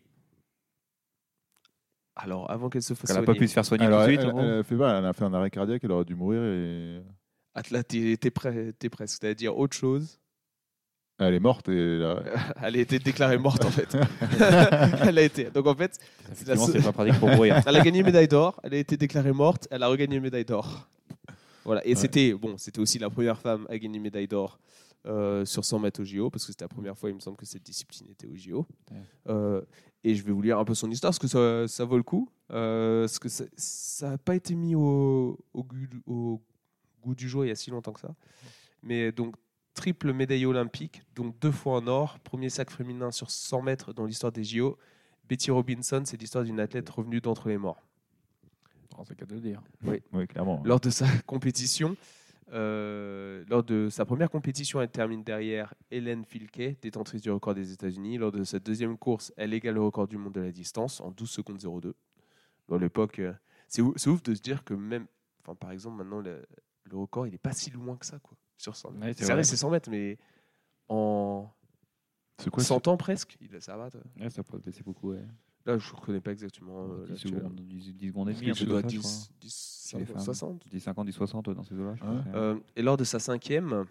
Alors, avant qu'elle se fasse Parce qu'elle n'a pas soigner. pu se faire soigner Alors, tout de elle, suite. en elle- gros. elle a fait, voilà, elle a fait un arrêt cardiaque, elle aurait dû mourir et. Ah, là, t'es t'es pre- t'es presque. C'est-à-dire autre chose. Elle est morte et. là- euh, Elle a été déclarée morte, en fait. elle a été. Donc, en fait, la Effectivement, seule- c'est pas pratique pour mourir. elle a gagné une médaille d'or. Elle a été déclarée morte. Elle a regagné une médaille d'or. Voilà. Et Ouais. c'était bon, c'était aussi la première femme à gagner une médaille d'or euh, sur 100 mètres au JO, parce que c'était la première fois, il me semble, que cette discipline était au JO. Ouais. Euh, et je vais vous lire un peu son histoire, parce que ça, ça vaut le coup. Euh, parce que ça n'a pas été mis au, au gu- au goût du jour il y a si longtemps que ça. Mais donc, triple médaille olympique, donc deux fois en or, premier sac féminin sur 100 mètres dans l'histoire des JO. Betty Robinson, c'est l'histoire d'une athlète revenue d'entre les morts. C'est qu'à le dire. Oui, clairement. Lors de sa compétition, euh, lors de sa première compétition, elle termine derrière Hélène Filkey, détentrice du record des États-Unis. Lors de sa deuxième course, elle égale le record du monde de la distance en 12 secondes 02. Dans l'époque, euh, c'est ou- c'est ouf de se dire que même, enfin par exemple maintenant le, le record, il est pas si loin que ça quoi, sur 100 mètres. Ouais, c'est c'est vrai, vrai. c'est 100 mètres, mais en C'est quoi 100 ans presque, il ça va. toi. ça peut blesser beaucoup. Ouais. Là, je ne connais pas exactement. euh, 10 l'actuel. secondes, 10, 10 secondes et Parce demie. que un tu truc dois comme ça, je 10, 10, Les femmes. 60. crois. 10, 50, 10, 60 ouais, dans ces eaux-là. je Ouais. pense, ouais. Euh, et lors de sa cinquième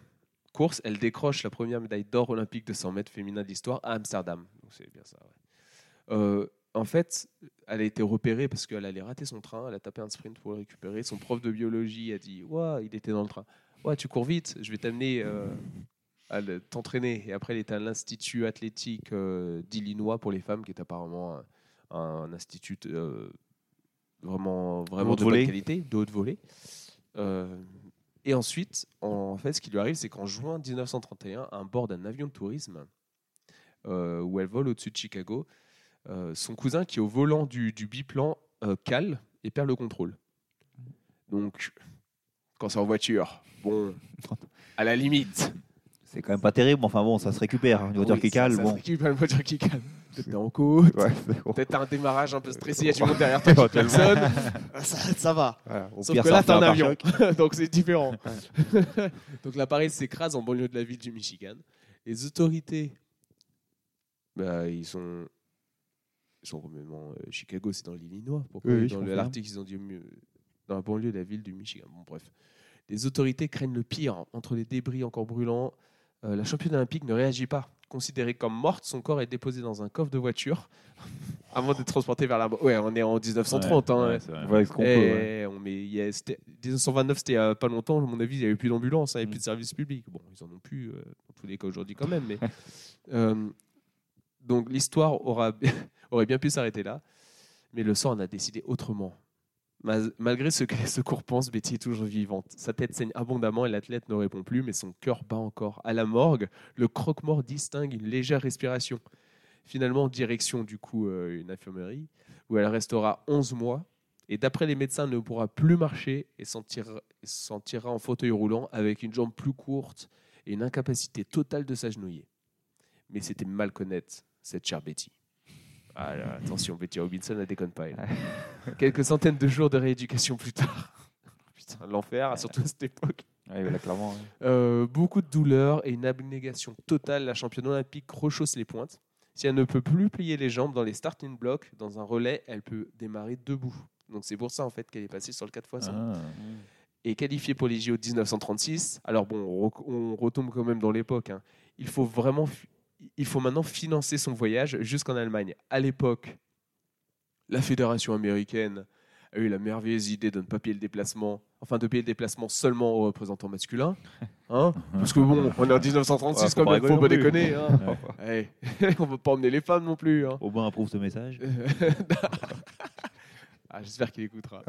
course, elle décroche la première médaille d'or olympique de 100 mètres féminin d'histoire à Amsterdam. Donc c'est bien ça. ouais. Euh, en fait, elle a été repérée parce qu'elle allait rater son train. Elle a tapé un sprint pour le récupérer. Son prof de biologie a dit Ouah, il était dans le train. Ouais, tu cours vite. Je vais t'amener euh, à le- t'entraîner. Et après, elle était à l'institut athlétique euh, d'Illinois pour les femmes, qui est apparemment un, un institut euh, vraiment vraiment Haute de bonne volée. qualité, de haute volée. Euh, et ensuite, en fait, ce qui lui arrive, c'est qu'en juin 1931, à bord d'un avion de tourisme, euh, où elle vole au-dessus de Chicago, euh, son cousin qui est au volant du, du biplan euh, cale et perd le contrôle. Donc, quand c'est en voiture, bon, à la limite. C'est quand même pas terrible, mais enfin bon, ça se récupère. Ah, Une voiture Oui, qui ça- cale, ça bon. se récupère une voiture qui cale. Peut-être t'es en côte, Ouais, c'est bon. peut-être t'as un démarrage un peu stressé, il y a du monde derrière toi qui Éventuellement. klaxonne. ça, ça va. Voilà, au Sauf pire, que ça là, t'as un refait avion. Donc c'est différent. Donc l'appareil s'écrase en banlieue de la ville du Michigan. Les autorités, bah, ils sont. Ils sont complètement. euh, Chicago, c'est dans l'Illinois. Pourquoi Oui, oui, je Dans le- comprends. l'article, ils ont dit mieux. Dans la banlieue de la ville du Michigan. Bon, bref. Les autorités craignent le pire. Entre les débris encore brûlants, euh, la championne olympique ne réagit pas. Considérée comme morte, son corps est déposé dans un coffre de voiture avant d'être transporté vers la. Ouais, on est en 1930. hein, c'est vrai. Voilà avec ce qu'on peut. ouais. eh, on met- il y a- c'était- 1929, c'était il y a pas longtemps. À mon avis, il n'y avait plus d'ambulance, hein, il n'y avait Mm. plus de service public. Bon, ils en ont plus, euh, dans tous les cas aujourd'hui quand même. Mais, euh, donc l'histoire aura, aurait bien pu s'arrêter là. Mais le sort en a décidé autrement. Mas- Malgré ce que les secours pensent, Betty est toujours vivante. Sa tête saigne abondamment et l'athlète ne répond plus, mais son cœur bat encore. À la morgue, le croque-mort distingue une légère respiration. Finalement, direction du coup euh, une infirmerie où elle restera 11 mois et d'après les médecins ne pourra plus marcher et s'en tirera, s'en tirera en fauteuil roulant avec une jambe plus courte et une incapacité totale de s'agenouiller. mais c'était mal connaître cette chère Betty. Ah là, attention, Betty Robinson, elle déconne pas. elle. Quelques centaines de jours de rééducation plus tard. Putain, l'enfer, surtout à cette époque. Ouais, voilà, clairement. ouais. Euh, beaucoup de douleur et une abnégation totale. La championne olympique rechausse les pointes. Si elle ne peut plus plier les jambes dans les starting blocks, dans un relais, elle peut démarrer debout. Donc c'est pour ça en fait qu'elle est passée sur le 4 x 100 Ah, et qualifié pour les JO de 1936. Alors bon, on rec- on retombe quand même dans l'époque. hein. Il faut vraiment, fi- il faut maintenant financer son voyage jusqu'en Allemagne. À l'époque, la fédération américaine a eu la merveilleuse idée de ne pas payer le déplacement, enfin de payer le déplacement seulement aux représentants masculins, hein parce que bon, on est en 1936 Ouais, faut quand pas même, faut pas rigoler non plus. déconner, hein. Ouais. on ne peut pas emmener les femmes non plus. hein. Aubin approuve ce message. Ah, J'espère qu'il écoutera.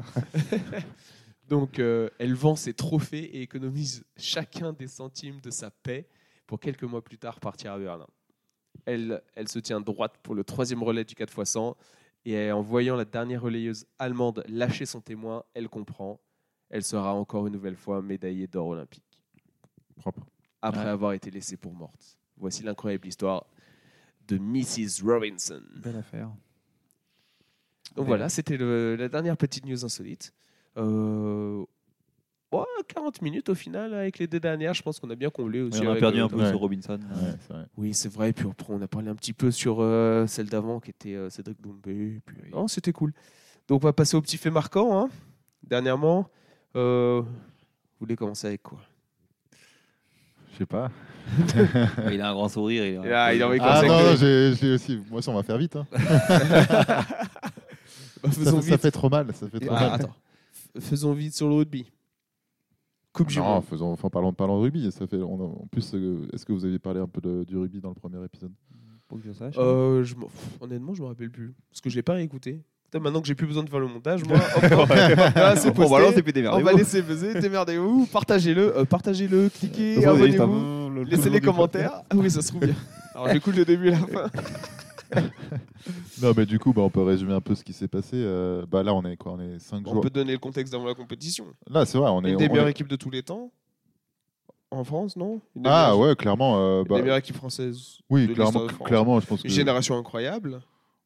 Donc, euh, elle vend ses trophées et économise chacun des centimes de sa paie pour quelques mois plus tard partir à Berlin. Elle, elle se tient droite pour le troisième relais du 4 x 100 et en voyant la dernière relayeuse allemande lâcher son témoin, elle comprend. Elle sera encore une nouvelle fois médaillée d'or olympique Propre. après Ouais. avoir été laissée pour morte. Voici l'incroyable histoire de Mrs. Robinson. Belle affaire. Donc Ouais. voilà, c'était le- la dernière petite news insolite. Euh, ouais, 40 minutes au final avec les deux dernières. Je pense qu'on a bien comblé aussi. on a avec, perdu euh, un peu ouais. sur Robinson. Ouais, c'est vrai. Oui, c'est vrai. Puis après, on a parlé un petit peu sur euh, celle d'avant qui était euh, Cédric Doumbé. Et puis, Non, c'était cool. Donc on va passer au petit fait marquant. hein. Dernièrement, euh, vous voulez commencer avec quoi Je sais pas. euh. Il a un grand sourire. Il Ah, il a envie de Ah Conseil non, que- j'ai- je l'ai aussi. Moi, ça, on va faire vite. hein. Ça, Faisons ça vite. fait trop mal. Ça fait trop Ah, mal. attends. F- Faisons vite sur le rugby. Coupe Ah du Non, monde. faisons, enfin, parlons, parlons de rugby. Ça fait, on a- en plus, euh, est-ce que vous aviez parlé un peu de- du rugby dans le premier épisode Pour que je sache. Euh, je m'en- pff, honnêtement, je me rappelle plus. Parce que je l'ai pas réécouté. Putain, maintenant que j'ai plus besoin de faire le montage, moi, hop, hop, là, c'est Bon, posté. voilà, c'est plus des on va laisser buzzer, démerdez-vous, partagez-le, euh, partagez-le, cliquez, abonnez-vous, laissez les commentaires. Ah oui, ça se trouve bien. Alors j'écoute le début et la fin. Non, mais du coup, bah, on peut résumer un peu ce qui s'est passé. Euh, bah, là, on est quoi On est 5 On jours. peut donner le contexte avant la compétition. Là, c'est vrai, on est. Une des on meilleures est- équipes de tous les temps en France, non Une des Ah meilleures- ouais, clairement. euh, une bah, des meilleures équipes françaises. oui, de clairement, l'histoire de France. clairement, je pense que. Une génération incroyable,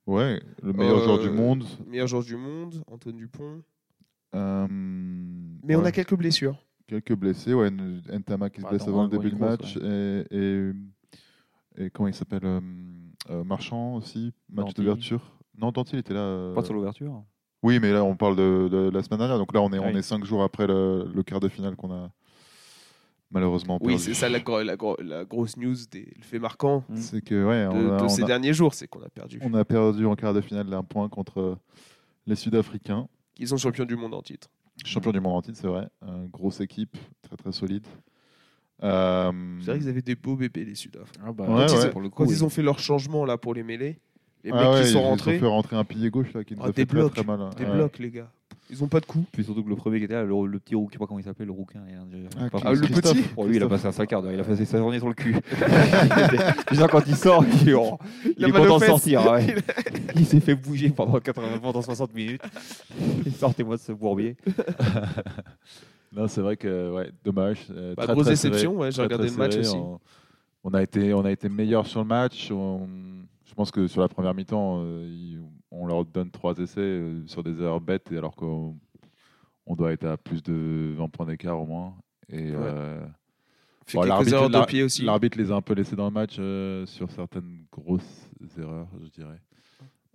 Ouais, le meilleur Euh, joueur du monde. meilleur joueur du monde, Antoine Dupont. Euh, Mais on ouais. a quelques blessures. Quelques blessés, ouais, N- Ntama qui se Bah, blesse attends, avant le ouais, début du une grosse, match et, et, et comment il s'appelle euh, euh, Marchand aussi, match Danty. d'ouverture. Non, Danty il était là. euh, Pas sur l'ouverture. Oui, mais là on parle de, de la semaine dernière, donc là on est, Ah on oui. est cinq jours après le, le quart de finale qu'on a malheureusement perdu. Oui, c'est ça la, gro- la gro- la grosse news, des, le fait marquant C'est que ouais, de, on, a, de on ces a- derniers jours, c'est qu'on a perdu. on a perdu en quart de finale d'un point contre euh, les Sud-Africains, Ils sont champions du monde en titre. champion Mm. du monde en titre, c'est vrai, Euh, grosse équipe, très très solide. Euh, C'est vrai qu'ils avaient des beaux bébés, les Sudaf. Ah bah, Ouais, ouais. pour le coup. Quand ils ont fait leur changement là pour les mêlées, les ah mecs ouais, qui ils sont ont rentrés, fait rentrer un pilier gauche là, qui nous Ah, a des fait très, blocs. très mal. hein. des Ouais. blocs, les gars. Ils ont pas de coups. Puis surtout que le premier qui était là, le, le petit roux, je sais pas comment il s'appelait, le rouquin. Il a- il a pas Ah, le fait- petit Pour lui, il a passé un sale quart d'heure. Il a passé sa journée sur le cul. Déjà, quand il sort, il, est- oh, il La est balle aux content de fesses. sortir. ouais. Il s'est fait bouger pendant, 80, pendant 60 minutes. Sortez-moi de ce bourbier. Non, c'est vrai que ouais, dommage. euh, Bah, très, grosse très serré, déception, ouais, j'ai très, regardé très le match serré, hein. aussi. On, on a été, on a été meilleur sur le match. on- je pense que sur la première mi-temps, euh, ils- on leur donne trois essais euh, sur des erreurs bêtes, et alors qu'on on doit être à plus de 20 points d'écart au moins. Et Ouais. euh, Fait Bon, quelques l'arbitre, erreurs de l'ar- pied aussi. l'arbitre les a un peu laissés dans le match euh, sur certaines grosses erreurs, je dirais.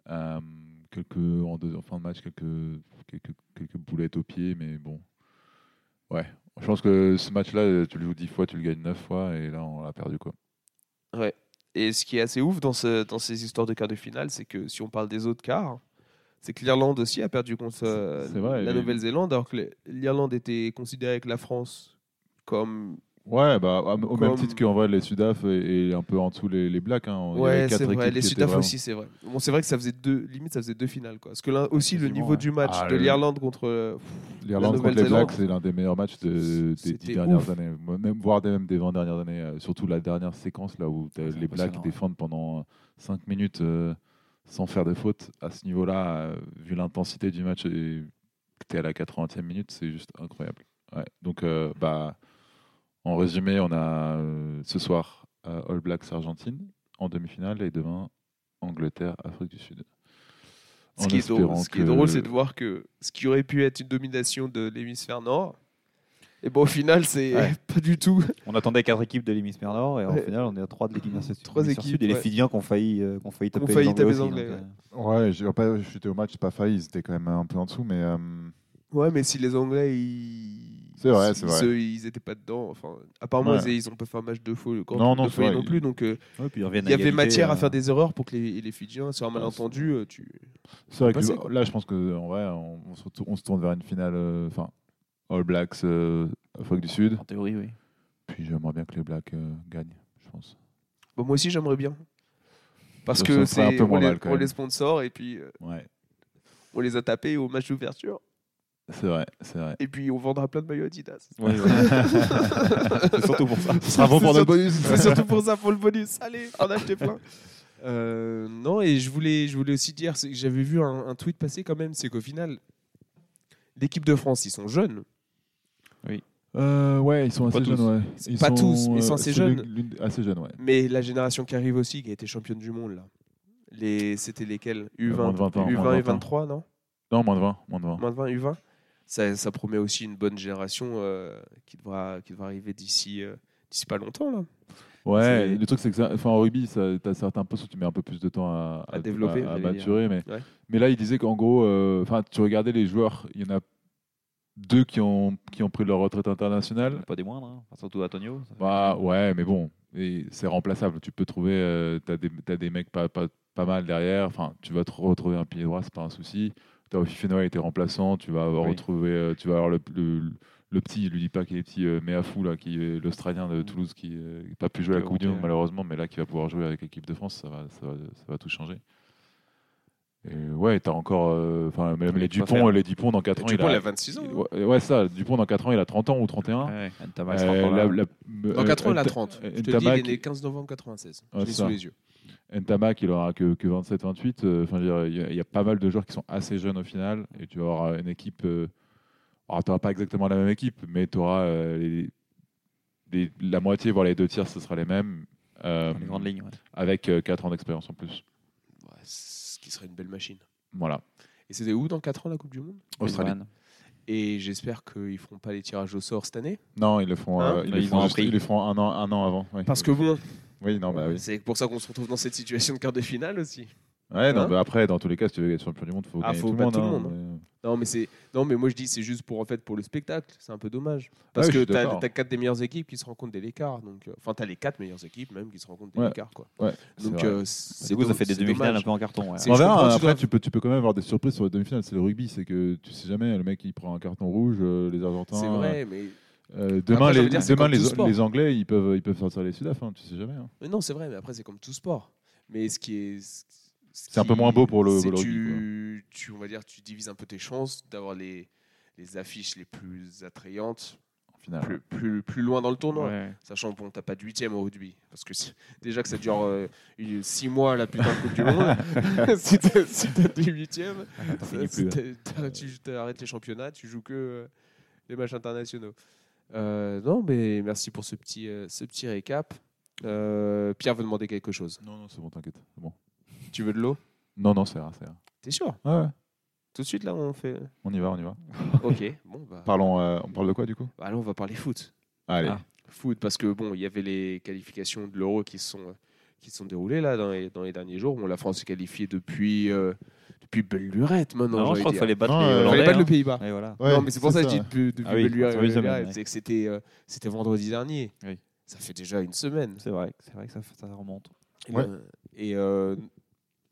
Euh, quelques en, deux- en fin de match, quelques, quelques, quelques boulettes au pied, mais bon. Ouais, je pense que ce match-là, euh, tu le joues 10 fois, tu le gagnes 9 fois, et là, on l'a perdu. quoi. Et ce qui est assez ouf dans, ce- dans ces histoires de quart de finale, c'est que si on parle des autres quarts, c'est que l'Irlande aussi a perdu contre euh, C'est- c'est vrai, la mais- Nouvelle-Zélande, alors que les- l'Irlande était considérée avec la France comme Ouais, bah, au au même Comme- titre qu'en vrai, les Sudaf et, et un peu en dessous les, les Blacks. hein. Il y avait Ouais, quatre c'est vrai. équipes Les qui Sud étaient vraiment- aussi, c'est vrai. Bon, c'est vrai que ça faisait deux, limite, ça faisait deux finales, quoi. Parce que là aussi, le Quasiment, niveau ouais. du match Ah, de le- l'Irlande contre, euh, L'Irlande La contre les Nouvelle-Zélande. Blacks, c'est l'un des meilleurs matchs de- des C'était dix dernières ouf. années, Moi, même, voire des, même des 20 dernières années. euh, Surtout la dernière séquence là où t'as Ah, Ouais, c'est les Blacks impressionnant, ouais. défendent pendant 5 minutes euh, sans faire de faute. À ce niveau-là, euh, vu l'intensité du match et que t'es à la 80e minute, c'est juste incroyable. Ouais. Donc, euh, bah, en résumé, on a euh, ce soir euh, All Blacks Argentine. en demi-finale et demain Angleterre, Afrique du Sud. Ce En qui est drôle, espérant ce qui est que- drôle, c'est de voir que ce qui aurait pu être une domination de l'hémisphère nord, et ben au final, c'est Ouais. pas du tout. On attendait quatre équipes de l'hémisphère nord et en Ouais. final on est à trois de l'hémisphère sud. Trois l'hémisphère équipes, sud et les ouais. Fidjiens qui ont failli, euh, qui ont failli Qui ont taper les failli Anglais. taper les aussi, Anglais, donc, euh. ouais. Ouais, j'ai pas, j'étais au match, pas failli, ils étaient quand même un peu en dessous, mais. euh, Ouais, mais si les Anglais, ils. C'est vrai, ils- c'est vrai. se- Ils étaient pas dedans. Enfin, apparemment, Ouais. ils- ils ont pas fait un match de faux. le Non, non, de c'est folie vrai, non ils- plus. Donc, euh, euh, ouais, puis ils reviennent il y à avait égalité, matière à euh, faire des erreurs pour que les, les Fidjiens, sur un Ouais, malentendu, euh, tu. C'est vrai que Passé, le- quoi. là, je pense que en vrai, on, on se, retourne, on se tourne vers une finale, euh, enfin, All Blacks, euh, Afrique du Sud. En théorie, oui. Puis j'aimerais bien que les Blacks euh, gagnent, je pense. Bon, Bah, moi aussi, j'aimerais bien. Parce Ça que me ferait un c'est peu on, moins les, mal, quand on même. les sponsors et puis euh, Ouais, on les a tapés au match d'ouverture c'est vrai, c'est et vrai. puis on vendra plein de maillots Adidas. C'est surtout pour ça. Ce sera bon pour C'est notre surtout- bonus. C'est surtout pour ça, pour le bonus. Allez, en achetez plein. Euh, non, et je voulais, je voulais aussi dire, c'est que j'avais vu un, un tweet passer quand même, c'est qu'au final, l'équipe de France, ils sont jeunes. Euh, ouais, ils sont Pas assez tous. jeunes, ouais. C'est pas tous, mais ils sont euh, assez c'est l'une- jeunes. l'une- Assez jeunes, ouais. Mais la génération qui arrive aussi, qui a été championne du monde, là. Les, c'était lesquels U20, moins de 20 ans, U20 moins et de 20 ans. 23, non Non, moins de 20, moins de 20. Moins de 20, U20. Ça, ça promet aussi une bonne génération euh, qui, devra, qui devra arriver d'ici euh, d'ici pas longtemps, là. Ouais, C'est- le truc c'est que ça, enfin en rugby, ça- t'as certains postes où tu mets un peu plus de temps à, À développer, à, j'allais dire. maturer, mais Ouais. mais là il disait qu'en gros, euh, enfin tu regardais les joueurs, il y en a deux qui ont qui ont pris leur retraite internationale. Pas des moindres, hein. Enfin, surtout Antonio. ça fait- Bah ouais, mais bon, et c'est remplaçable. Tu peux trouver, euh, t'as des t'as des mecs pas pas pas mal derrière. Enfin, tu vas te retrouver un pied droit, c'est pas un souci. T'as Fifenoa était remplaçant, tu vas avoir Oui. retrouvé, euh, tu vas avoir le, le, le petit, je lui dis pas qu'il est petit, euh, mais à fou là, qui est l'Australien de Toulouse qui n'a pas pu jouer à la Qui a Coupe du monté, Monde ouais. malheureusement, mais là qui va pouvoir jouer avec l'équipe de France, ça va, ça va, ça va tout changer. Et ouais, t'as encore, euh, enfin même Il les peut pas Dupont, faire. les Dupont dans 4 ans, Du il coup, elle a a, 26 ans. hein. ouais, ouais, ça, Dupont dans 4 ans, il a 30 ans ou 31. Ouais, Antama, Euh, il sera encore la- là. la- Dans 4 ans, elle a Nta- 30. euh, Je te dis, Ntamak- il est né le 15 novembre 96. Ouais, je l'ai ça. sous les yeux. Ntamak, il aura que, que 27-28. euh, Enfin, je veux dire, il y a- il y, a pas mal de joueurs qui sont assez jeunes au final. Et tu vas avoir euh, une équipe. euh, alors, tu n'auras pas exactement la même équipe, mais tu auras la moitié, voire les deux tiers, ce sera les mêmes. euh, Dans les grandes lignes. ouais. avec 4 ans d'expérience en plus. Ouais, ce qui serait une belle machine. Voilà. Et c'était où dans 4 ans la Coupe du Monde Australie. Brisbane. Et j'espère qu'ils feront pas les tirages au sort cette année. Non, ils le font, Hein euh, ils Bah, le ils font ont juste- appris. ils le font un an, un an avant. Oui, Parce que bon, oui non, bah oui. Euh, c'est pour ça qu'on se retrouve dans cette situation de quart de finale aussi. Ouais, non, Hein bah, après, dans tous les cas, si tu veux être champion du monde, il faut Ah, gagner faut tout le battre monde. tout le hein, monde, mais- Non, mais c'est non, mais moi je dis c'est juste pour en fait pour le spectacle. C'est un peu dommage parce Ah oui, que je suis t'as d'accord. as quatre des meilleures équipes qui se rencontrent dès l'écart. Donc euh, enfin t'as les quatre meilleures équipes même qui se rencontrent dès Ouais. l'écart quoi. Ouais, c'est Donc vrai. Bah, euh, c'est Du coup, ça do- fait des c'est demi-finales un dommage. peu en carton. ouais. C'est- On je comprends, verra, tu après, dois- tu, peux, tu peux quand même avoir des surprises sur les demi-finales. C'est le rugby, c'est que tu sais jamais, le mec il prend un carton rouge, euh, les Argentins. C'est vrai, mais, euh, demain, Après, j'ai les, envie de dire, c'est demain comme tout les, sport. les Anglais, ils peuvent, ils peuvent sortir les Sudaf, hein, tu sais jamais. hein. mais non, c'est vrai. Mais après c'est comme tout sport. Mais ce qui est ce- ce C'est un qui- peu moins beau pour le- c'est le rugby, Tu, tu on va dire tu divises un peu tes chances d'avoir les les affiches les plus attrayantes En finale. plus, plus, plus loin dans le tournoi. Ouais. Sachant bon, t'as pas de huitième au rugby. Parce que si- déjà que ça dure euh, une- six mois la putain de Coupe du Monde. si t'as si t'as des huitièmes, Ça ça, finit c'est- plus, hein. t'as- t'as- tu arrêtes les championnats, tu joues que euh, les matchs internationaux. Euh, non, mais merci pour ce petit, euh, ce petit récap. Euh, Pierre veut demander quelque chose. Non, non, c'est bon, t'inquiète. c'est Bon. Tu veux de l'eau Non, non, c'est rare, c'est rare. T'es sûr Ah Ouais, ouais. Tout de suite là on fait. euh, On y va, on y va. Ok, bon bah. Parlons, euh, on parle de quoi du coup bah, Allez, on va parler foot. Allez. Ah. foot parce que bon, il y avait les qualifications de l'Euro qui se sont qui se sont déroulées là dans les, dans les derniers jours. Bon, la France est qualifiée depuis euh, depuis belle lurette maintenant. Non, je j'ai crois envie qu'il de dire. fallait battre Non, les euh, Fallait Hollandais. battre le hein. Pays-Bas. Et voilà. Ouais, non, mais c'est pour ça, que je dis depuis, depuis Ah oui, belle lurette, sur une semaine, lurette, ouais. c'est que c'était euh, c'était vendredi dernier. Oui. Ça fait déjà une semaine. C'est vrai, c'est vrai que ça, ça remonte. Et, Ouais. euh, Et euh,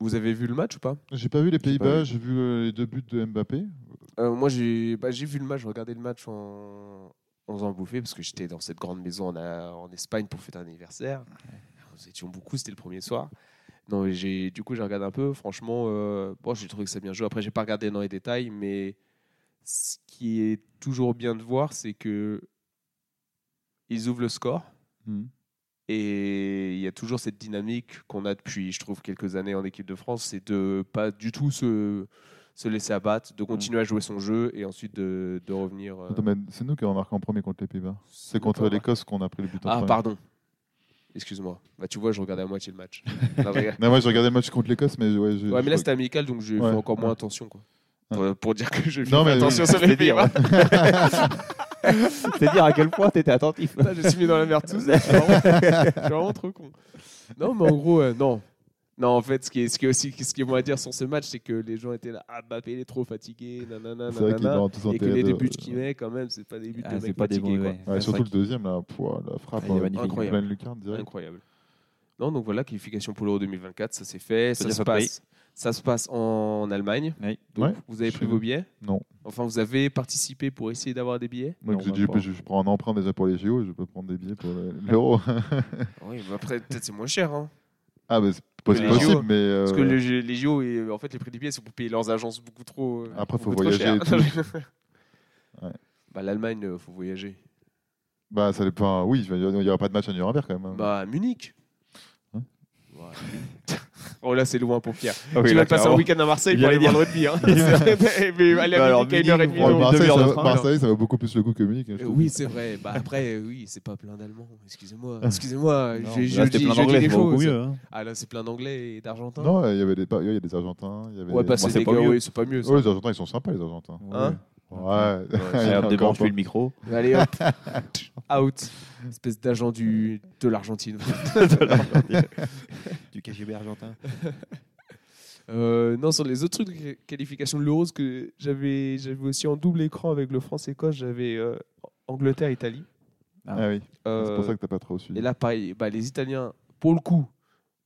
vous avez vu le match ou pas J'ai pas vu les pas Pays-Bas, j'ai vu euh, les deux buts de Mbappé. Euh, Moi, j'ai bah, j'ai vu le match. J'ai regardé le match en en faisant bouffer parce que j'étais dans cette grande maison en, euh, en Espagne pour fêter un anniversaire. Nous étions beaucoup, c'était le premier soir. Non, mais j'ai du coup j'ai regardé un peu. Franchement, euh, bon, j'ai trouvé que ça bien joué. Après, j'ai pas regardé dans les détails, mais ce qui est toujours bien de voir, c'est que ils ouvrent le score Hmm. et il y a toujours cette dynamique qu'on a depuis, je trouve, quelques années en équipe de France, c'est de pas du tout se se laisser abattre, de continuer à jouer son jeu et ensuite de, de revenir. euh, Attends, mais c'est nous qui avons marqué en premier contre les Pays-Bas. C'est contre D'accord. l'Écosse qu'on a pris le but en Ah, premier. pardon. Excuse-moi. Bah, tu vois, je regardais à moitié le match. Non, mais- Non, ouais, j'ai regardé le match contre l'Écosse, mais ouais, j'ai- ouais, mais là, je- c'était amical, donc je Ouais. fais encore moins Ouais. attention. Quoi. Ouais. Pour, pour dire que je fais Non, mais- attention sur les pays. hein. C'est dire à quel point t'étais attentif. Putain, je suis mis dans la merde tout seul. Je suis vraiment- je suis vraiment trop con. Non, mais en gros, euh, non. Non, en fait, ce qui est, ce qui est aussi, ce qu'ils vont à dire sur ce match, c'est que les gens étaient là, ah, Mbappé, il est trop fatigué, nanana, c'est vrai qu'ils nanana. ont tous Et que intérêt les de- buts qu'il met, quand même, c'est pas des buts Ah, de c'est mec pas des fatigué, bons, quoi. ouais. E, euh, Ouais, Ouais, c'est surtout le deuxième, là, pouah, la frappe. Il est hein, magnifique. incroyable. Plein de lucarne, direct. Incroyable. Non, donc voilà, qualification pour l'Euro 2024, ça s'est fait, Ça ça, s'est se fait. passe. Ça se passe en Allemagne. Oui. Donc, Ouais. vous avez Chez pris nous. vos billets Non. Enfin, vous avez participé pour essayer d'avoir des billets Moi, Non, j'ai on dit, va je, pas. je prends un emprunt déjà pour les JO, je peux prendre des billets pour le- l'Euro. Oui, mais après, peut-être c'est moins cher. Hein. ah, mais c'est pas les possible, JO. mais. euh, Parce que les, jeux- les JO, et, euh, en fait, les prix des billets, c'est pour payer leurs agences beaucoup trop. euh, Après, faut beaucoup trop voyager cher. et tout. Ouais. Bah, L'Allemagne, euh, faut voyager. Bah, ça dépend. Oui, il n'y aura pas de match à Nuremberg quand même. Bah, Munich. Hein Ouais. oh là, c'est loin pour Pierre. Ah oui, tu là, vas passer un clairement. week-end à Marseille Il pour aller allait voir le rugby. Hein. C'est vrai, mais aller à Bah, Alors, Munich à une heure et demie, Munich, non. Ouais, une Marseille, demi-heure ça, de va- train, Marseille, ça va beaucoup plus le coup que Munich. hein, je Euh, te Oui, dis. c'est vrai. Bah, après, euh, oui, c'est pas plein d'Allemands. Excusez-moi. Excusez-moi. Non, J'ai mais je là, c'était dis plein je dis d'anglais, des c'est beaucoup choses. mieux. hein. Ah là, c'est plein d'anglais et d'argentins. Non, il y avait des, Par- il y avait des Argentins. Il y avait ouais, des- passer moi, c'est des pas gars, mieux. oui, c'est pas mieux. ça. Oh, les Argentins, ils sont sympas, les Argentins. Hein Ouais. Regarde, débranche lui le micro. Allez, hop. Out. Espèce d'agent du... de l'Argentine. Du KGB argentin. Euh, non, sur les autres trucs de qualification de l'Euro, ce que j'avais j'avais aussi en double écran avec le France-Écosse, j'avais euh, Angleterre-Italie. Ah oui, c'est Euh, pour ça que t'as pas trop suivi. Et là, pareil, bah, les Italiens, pour le coup,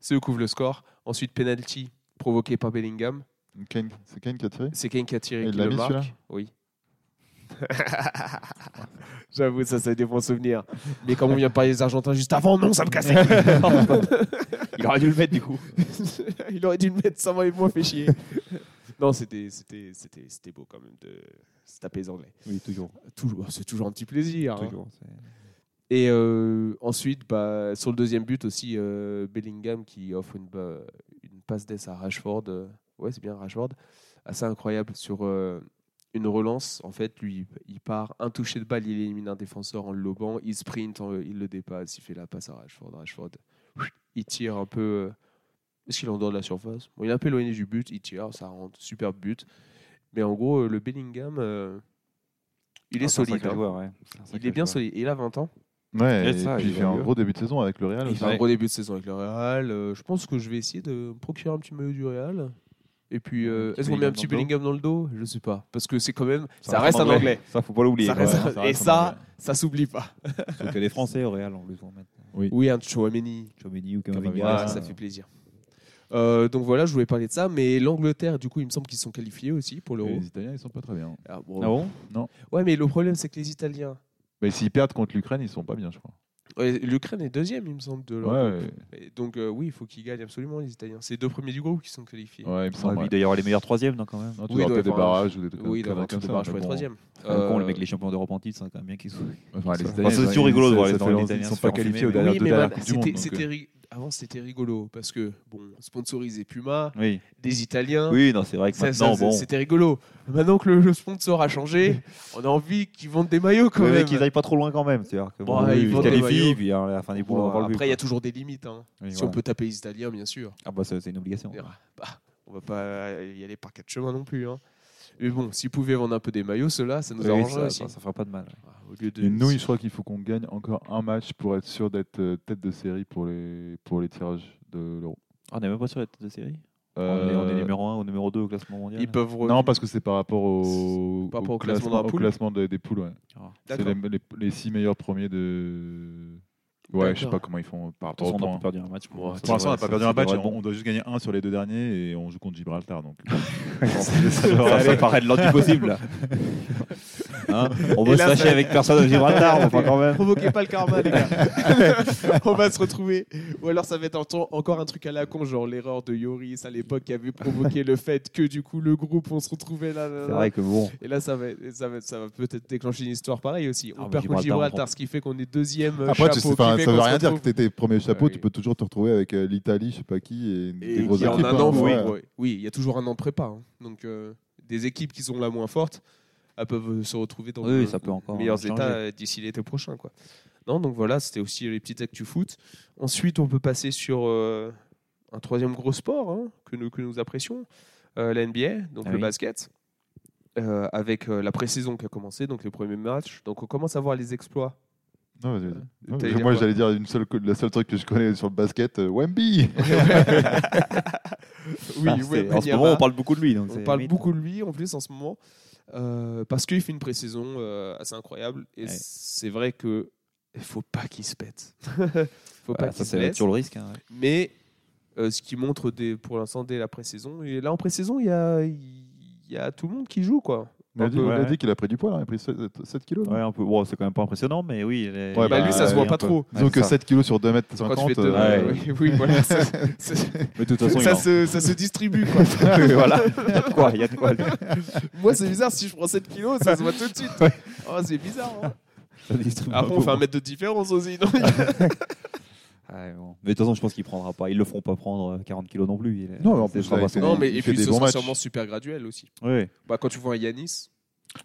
c'est eux qui ouvrent le score. Ensuite, penalty provoqué par Bellingham. Kane- C'est Kane qui a tiré C'est Kane qui a tiré Et et il qui l'a le mis, celui-là marque. Oui. J'avoue, ça, c'est des bons souvenirs. Mais comme on vient de parler des Argentins juste avant, non, ça me cassait. Il aurait dû le mettre du coup. Il aurait dû le mettre, ça m'avait moins fait chier. non, c'était c'était- c'était- c'était beau quand même de se taper les Anglais. Oui, toujours. Toujours- C'est toujours un petit plaisir. hein. toujours Ah c'est- Et euh, ensuite, bah, sur le deuxième but aussi, euh, Bellingham qui offre une, ba- une passe d'ess à Rashford. euh, ouais, c'est bien Rashford. Assez incroyable sur euh, une relance. En fait, lui, il part un toucher de balle, il élimine un défenseur en le lobant, il sprint, en- il le dépasse, il fait la passe à Rashford. Rashford, il tire un peu. euh, Est-ce qu'il est en dehors de la surface Bon, Il est un peu éloigné du but, il tire, ça rentre, superbe but. Mais en gros, euh, le Bellingham, euh, il est Ah, c'est un solide. sacré hein. joueur, ouais. C'est un Il sacré est bien joueur. solide. Et il a 20 ans. Ouais, Et et ça, puis il il fait va un mieux. gros début de saison avec le Real. Il aussi. fait un gros début de saison avec le Real. Euh, je pense que je vais essayer de me procurer un petit maillot du Real. Et puis, euh, Un petit est-ce qu'on met un Bellingham petit dans le Bellingham dos dans le dos Je sais pas. Parce que c'est quand même. Ça, reste un anglais. Ça, faut pas l'oublier. Ça reste- Et Ouais, un ça, ça s'oublie pas. anglais. Sauf que les Français au Real, on le voit maintenant. Oui, un Chouameni. Chomini ou Voilà, Kamavinga. ça fait plaisir. Euh, donc voilà, je voulais parler de ça. Mais l'Angleterre, du coup, il me semble qu'ils sont qualifiés aussi pour l'Euro. Les Italiens, ils sont pas très bien. Ah, Ah bon. bon Ouais, mais le problème, c'est que les Italiens. Bah, S'ils perdent contre l'Ukraine, ils sont pas bien, je crois. Ouais, L'Ukraine est deuxième, il me semble, de l'Euro. Ouais, Donc euh, oui, il faut qu'ils gagnent absolument les Italiens. C'est les deux premiers du groupe qui sont qualifiés. ouais, il me Ah, semble. mais ouais. Il doit y avoir les meilleurs troisièmes, non, quand même. Non, tu Oui, il dois doit peut-être des y avoir un- barrages ou des trucs Oui, il doit y comme avoir un truc de ça, barrage mais pour les bon. troisième. C'est quand même con, les Euh, mecs, les champions d'Europe en titre, c'est quand même bien qu'ils soient. hein. Enfin, les Enfin, Italiens, c'est ils- toujours rigolo de ça- voir ça les fait longtemps- Italiens Ils sont se faire pas enfumer. qualifiés aux Oui, dernières Oui, deux mais dernières voilà, Coupes du c'était- Monde. donc, c'était euh, ri- avant c'était rigolo parce que bon, sponsorisé Puma, Oui, des Italiens, oui, non, c'est vrai que ça- maintenant, ça- ça- bon. c'était rigolo. Maintenant que le, le sponsor a changé, on a envie qu'ils vendent des maillots quand Ouais, mais même. qu'ils aillent pas trop loin quand même. C'est-à-dire que Bon, bon, ouais, ils ils se vendent des maillots. qualifient, puis hein, à la fin des poules, on Bon, en parle plus. après il y a quoi. toujours des limites. hein. Oui, si on voilà. peut taper les Italiens, bien sûr. Ah bah ça, c'est une obligation. Bah, on va pas y aller par quatre chemins non plus. hein. Mais bon, s'ils pouvaient vendre un peu des maillots, ceux-là, ça nous Oui, arrangerait ça, aussi. ça, ça fera pas de mal. Ah, Au lieu de Et nous, je crois qu'il faut qu'on gagne encore un match pour être sûr d'être euh, tête de série pour les, pour les tirages de l'Euro. Ah, on n'est même pas sur la tête de série. On, est, Euh, on est numéro 1 ou numéro 2 au classement mondial. ils peuvent revenir. Non, parce que c'est par rapport au, Par rapport au classement classement, dans la poule. au classement des- des poules. Ouais. Ah. C'est D'accord. les, les, les six meilleurs premiers de. Ouais, je sais D'accord. pas comment ils font par rapport Attention, aux on n'a points. hein. pas perdu un match. Bon, Pour l'instant, on n'a pas perdu un match. match On, on doit juste gagner un sur les deux derniers et on joue contre Gibraltar. Donc. Ça, ça paraît de l'ordre du possible. là. Hein on va Et se là, lâcher ça- avec personne au Gibraltar, enfin quand même. Provoquez pas le karma, les gars. on va se retrouver. Ou alors, ça va être en- encore un truc à la con, genre l'erreur de Yoris à l'époque qui avait provoqué le fait que du coup, le groupe, on se retrouvait là. là, là. C'est vrai que bon, Et là, ça va, être- ça va, être- ça va peut-être déclencher une histoire pareille aussi. On Ah, mais perd contre Gibraltar, on Gibraltar, prend- ce qui fait qu'on est deuxième. euh, Après, chapeau, tu sais, qui enfin, fait ça veut qu'on se rien dire que retrouve- t'es t'es premier chapeau, Ah oui. tu peux toujours te retrouver avec euh, l'Italie, je sais pas qui, et des Et grosses qui, en équipes, un hein, an, oui, ouais. ouais. oui, il y a toujours un an de prépa. hein. Donc, euh, des équipes qui sont la moins forte, elles peuvent euh, se retrouver dans Oui, le ça peut encore meilleurs changer. états euh, d'ici l'été prochain. Quoi. Non, donc voilà, c'était aussi les petites actus foot. Ensuite, on peut passer sur euh, un troisième gros sport hein, que, nous, que nous apprécions, euh, la NBA, donc Ah le oui. basket, euh, avec euh, la pré-saison qui a commencé, donc les premiers matchs. Donc on commence à voir les exploits. Non, vas-y, vas-y. t'allais Non, mais dire moi, quoi j'allais dire une seule, co- la seule truc que je connais sur le basket, euh, Wemby. oui, Enfin, Ah, Bah, c'est- en ce Wembanyama. moment, on parle beaucoup de lui. Donc On c'est parle limite. beaucoup de lui en plus en ce moment euh, parce qu'il fait une pré-saison euh, assez incroyable et Ouais. c'est vrai que il faut pas qu'il se pète. faut Voilà, pas Ah, ça, qu'il se c'est blesse. toujours le risque. hein, ouais. Mais euh, ce qui montre dès- pour l'instant dès la pré-saison et là en pré-saison il y a il y a tout le monde qui joue quoi. On a dit, on a Ouais. dit qu'il a pris du poids, là, il a pris 7, kilos. non Ouais, un peu. Bon, c'est quand même pas impressionnant, mais oui. il est- Ouais, il bah, a- lui ça se voit il est pas un peu- trop. Disons Ouais, que ça. 7 kilos sur 2 mètres Quand 50. tu fais deux, euh, oui, oui, voilà, ça, ça- Mais de toute façon, il ça en- se, ça se distribue. quoi. voilà. Il y a de quoi, il y a de quoi. lui. Moi, c'est bizarre, si je prends 7 kilos, ça se voit tout de suite. Oh, c'est bizarre. hein. Ça distribue un Après, on peu. fait un mètre de différence aussi. non Ouais, Ah, bon. Mais de toute façon, je pense qu'il prendra pas. Ils le feront pas prendre euh, 40 kilos non plus. il est- Non, mais en c'est plus, pas là, passé. il Non, fait- mais il et fait puis des ce bons sera matchs. sûrement super graduel aussi. Oui. Bah, quand tu vois un Yanis,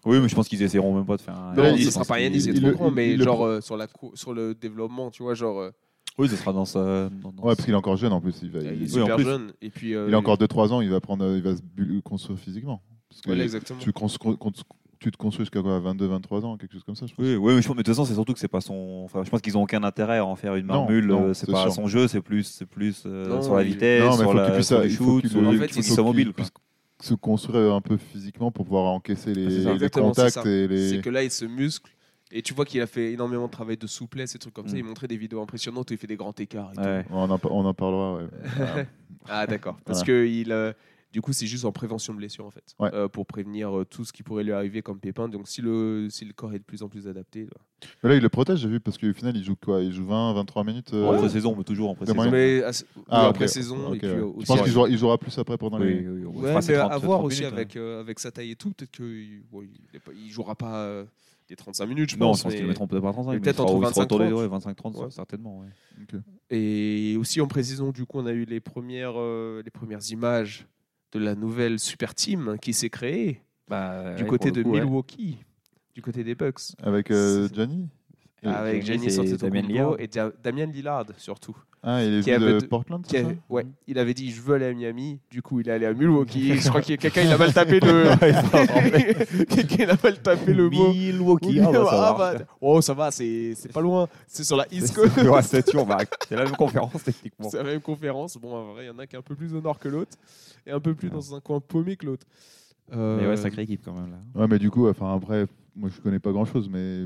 oui, mais je pense qu'ils essaieront même pas de faire un. non, là, ce il- sera pas Ah, il- Yanis, il est il trop le- grand, il- mais il le genre euh, sur, la cou- sur le développement, tu vois, genre euh, Oui, ce sera dans sa. dans- dans Ouais, sa- parce qu'il est encore jeune en plus. Il, va, Ah, il Bah, il- est oui, en super plus. jeune. Et puis, euh, il a encore 2-3 ans, il va, prendre, euh, il va se bu- construire physiquement. Parce que voilà, exactement. tu, cons- cons- tu te construis jusqu'à quoi, 22-23 ans, quelque chose comme ça, je crois. Oui, oui, mais, je pense- mais de toute façon, c'est surtout que c'est pas son. Enfin, je pense qu'ils ont aucun intérêt à en faire une Non, marmule. non, euh, c'est c'est pas sûr. son jeu, c'est plus, c'est plus euh, Non, sur la il- vitesse, Non, mais sur, faut qu'il la, puisse- sur les il faut shoots, qu'il- sur en le- fait, faut qu'il il- soit mobile. quoi. puisse se construire un peu physiquement pour pouvoir encaisser les, Ah, c'est ça. les Exactement, c'est contacts ça. et les. C'est que là, il se muscle. Et tu vois qu'il a fait énormément de travail de souplesse et trucs comme ça. Mm. Il montrait des vidéos impressionnantes où il fait des grands écarts. et Ouais. On, en, par- on en parlera. ouais. tout. Ah, d'accord. Parce Voilà. que il, euh, du coup, c'est juste en prévention de blessure en fait. Ouais. Euh, pour prévenir euh, tout ce qui pourrait lui arriver comme pépin. Donc, si le, si le corps est de plus en plus adapté. bah, Mais là, il le protège, j'ai vu, parce qu'au final, il joue quoi Il joue 20, 23 minutes euh, En pré-saison, mais toujours en pré-saison. moyen. Mais à ce- ou Ah, ok. après saison, Ok, et puis ouais. euh, Je aussi pense avec- qu'il jouera, il jouera plus après pendant les. Oui, oui, oui. Ouais, Enfin, c'est mais 30, à voir 30 aussi minutes, hein. avec, euh, avec sa taille et tout. Peut-être qu'il bon, il est pas- il jouera pas euh, les 35 minutes, je Non, pense. je pense qu'ils mais- le mettront peut-être pas à 35, mais mais peut-être il sera- entre il sera autour 25, des- ouais, 25-30, Ouais. certainement. ouais. Ok. Et aussi en précision, du coup, on a eu les premières, euh, les premières images de la nouvelle super team qui s'est créée du côté de Milwaukee, du côté des Bucks, Avec euh, Gianni Et- avec Giannis Giannis et Damien Antetokounmpo Lillard. et Da- Damien Lillard surtout. Ah, il est qui venu avait de deux- Portland, Qui c'est a- ça ouais, il avait dit je veux aller à Miami, du coup il est allé à Milwaukee. je crois que quelqu'un il a mal tapé le, quelqu'un il a mal tapé le mot. Milwaukee, Oui, ah, bah, ça ah, va. bah, oh ça va, c'est c'est pas loin, c'est sur la East Coast. Ouais, c'est sûr, bah, c'est la même conférence techniquement. C'est la même conférence. Bon, en vrai, il y en a qui est un peu plus au nord que l'autre et un peu plus Ouais. dans un coin paumé que l'autre. Mais Euh, ouais, sacrée équipe quand même là. Ouais, mais du coup, enfin, après, moi, je connais pas grand chose, mais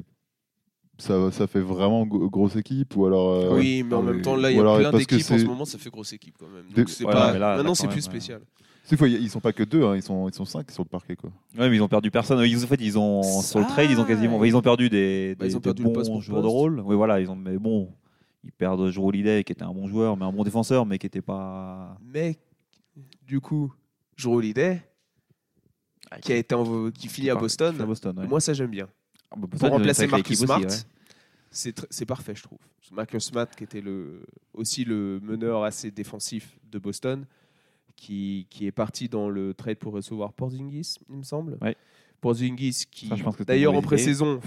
ça, ça fait vraiment go- grosse équipe ou alors. euh, oui, mais en Ah, même oui. temps, là, il y Ou a alors, plein parce que d'équipes en c'est- ce moment, ça fait grosse équipe quand même. Des- Donc, c'est Ouais, pas... mais là, Maintenant, là, c'est quand plus même, ouais. spécial. C'est fois, ils sont pas que deux, hein, ils, sont, ils sont cinq sur le parquet. Quoi. Ouais, mais ils ont perdu personne. Ils, en fait, ils ont sur le Ah, trade, ils ont quasiment, ouais. ils ont perdu des, Bah, des- ils ont des perdu le bons poste pour joueurs de poste. rôle. Oui, voilà, ils ont, mais bon, ils perdent Jrue Holiday qui était un bon joueur, mais un bon défenseur, mais qui était pas. Mais du coup, Joe Holiday, qui, a été envo- qui finit à Ah, pas- Boston, qui est à Boston. ouais. Moi, ça, j'aime bien. Ah, bah, Boston, Pour une remplacer sacrée Marcus équipe Smart, aussi, ouais. c'est tr- c'est parfait, je trouve. Marcus Smart, qui était le, aussi le meneur assez défensif de Boston, qui, qui est parti dans le trade pour recevoir Porzingis, il me semble. Ouais. Porzingis, qui Ça, je pense que c'est d'ailleurs une en bonne idée. pré-saison,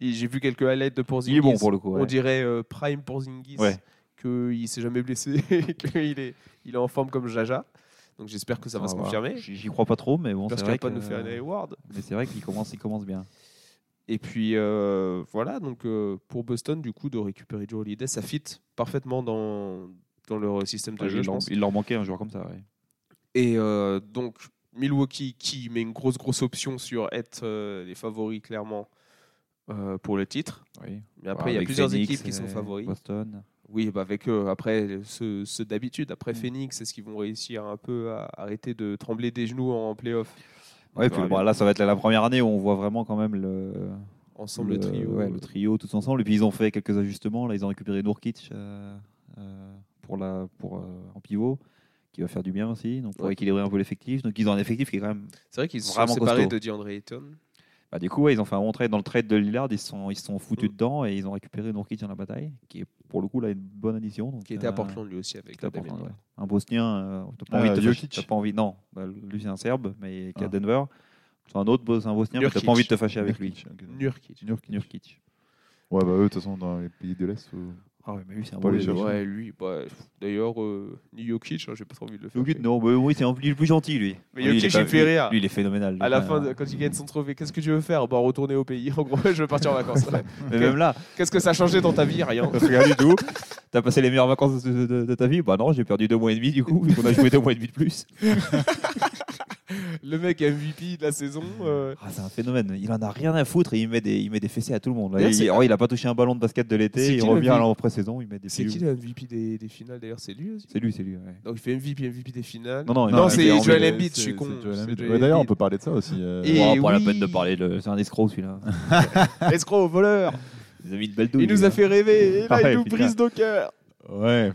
et j'ai vu quelques highlights de Porzingis. Il est bon pour le coup. On ouais. dirait euh, Prime Porzingis, Ouais. qu'il ne s'est jamais blessé, qu'il est, il est en forme comme Jaja. Donc j'espère que ça va Ah, se voilà. confirmer. J'y j'y crois pas trop, mais bon, c'est Parce vrai. qu'il pas que- euh, nous faire un award. Mais c'est vrai qu'il commence, il commence bien. Et puis euh, voilà, donc euh, pour Boston, du coup, de récupérer Joe Holiday, ça fit parfaitement dans, dans leur système de Enfin, jeu, il, je leur, pense. il leur manquait un joueur comme ça. ouais. Et euh, donc Milwaukee qui met une grosse, grosse option sur être euh, les favoris clairement euh, pour le titre. Oui. Mais après, il y a Avec plusieurs Phoenix équipes qui sont et favoris. Boston. Oui, bah avec eux, après ceux, ceux d'habitude, après Mm. Phoenix, est-ce qu'ils vont réussir un peu à arrêter de trembler des genoux en playoff Ouais, verra puis bon, bien. là, ça va être la, la première année où on voit vraiment quand même le, Ensemble, le trio. euh, ouais, le trio, tous ensemble. Et puis ils ont fait quelques ajustements. Là, ils ont récupéré Nourkic euh, euh, pour la, pour, euh, en pivot, qui va faire du bien aussi, donc pour Ouais. équilibrer un peu l'effectif. Donc ils ont un effectif qui est quand même. C'est vrai qu'ils se sont Vraiment séparés costaud. de DeAndre Ayton. Bah, du coup, ouais, ils ont fait un bon trade dans le trade de Lillard. Ils se sont, ils se sont foutus Mm. dedans et ils ont récupéré Nourkic dans la bataille, qui est pour le coup là une bonne addition. donc, qui était à euh, Portland lui aussi avec qui était à la Damien Portland, Lillard. ouais. Un Bosnien, euh, t'as pas, Ah, envie de te fâcher- Jokic. t'as pas envie. Non, bah, lui c'est un Serbe, mais qui est à Ah. Denver. C'est un autre Bos- un Bosnien, mais t'as Nurkic. pas envie de te fâcher avec lui. Nurkic, ok. Nurkic. Nurkic. Nurkic. Ouais, bah eux, de toute façon, dans les pays de l'Est. faut- Ah ouais, mais lui, c'est un Pas bon les jeu. chercher. Ouais, lui, bah, d'ailleurs, euh, ni Jokic, hein, j'ai pas trop envie de le faire. Jokic, non, mais oui, c'est en- il est le plus gentil, lui. Mais Lui, il Jokic, est pas- il fait lui- rire. Lui, il est phénoménal. À la Enfin, fin, de- quand il gagne son trophée, qu'est-ce que tu veux faire Bah, retourner au pays. En gros, je veux partir en vacances. Mais même là, Qu'est-ce que ça a changé dans ta vie Rien. rien du tout. T'as passé les meilleures vacances de, de- de ta vie Bah non, j'ai perdu deux mois et demi du coup, vu qu'on a joué deux mois et demi de plus. Le mec MVP de la saison. euh, Ah, c'est un phénomène. Il en a rien à foutre et il met des, il met des fessées à tout le monde. là. D'ailleurs, Il, c'est- alors, il a pas touché un ballon de basket de C'est l'été, qui il le revient vi- à l'entre-saison, il met des C'est pieds. qui le MVP des, des finales d'ailleurs C'est lui aussi C'est lui, c'est lui. ouais. Donc il fait MVP, MVP des finales. Non, non, Non, il- c'est il a envie Joel de- Embiid, je C'est- suis c'est con. Joel C'est Embiid. Joel Ouais, D'ailleurs, on Embiid. peut parler de ça aussi. euh, Et- Oh, pas la oui. peine de parler, le- c'est un escroc celui-là. Escroc, voleur Il nous a mis une belle douille, Il nous a lui, hein. fait rêver Et là, Ah ouais, il nous putain. brise nos cœurs Ouais.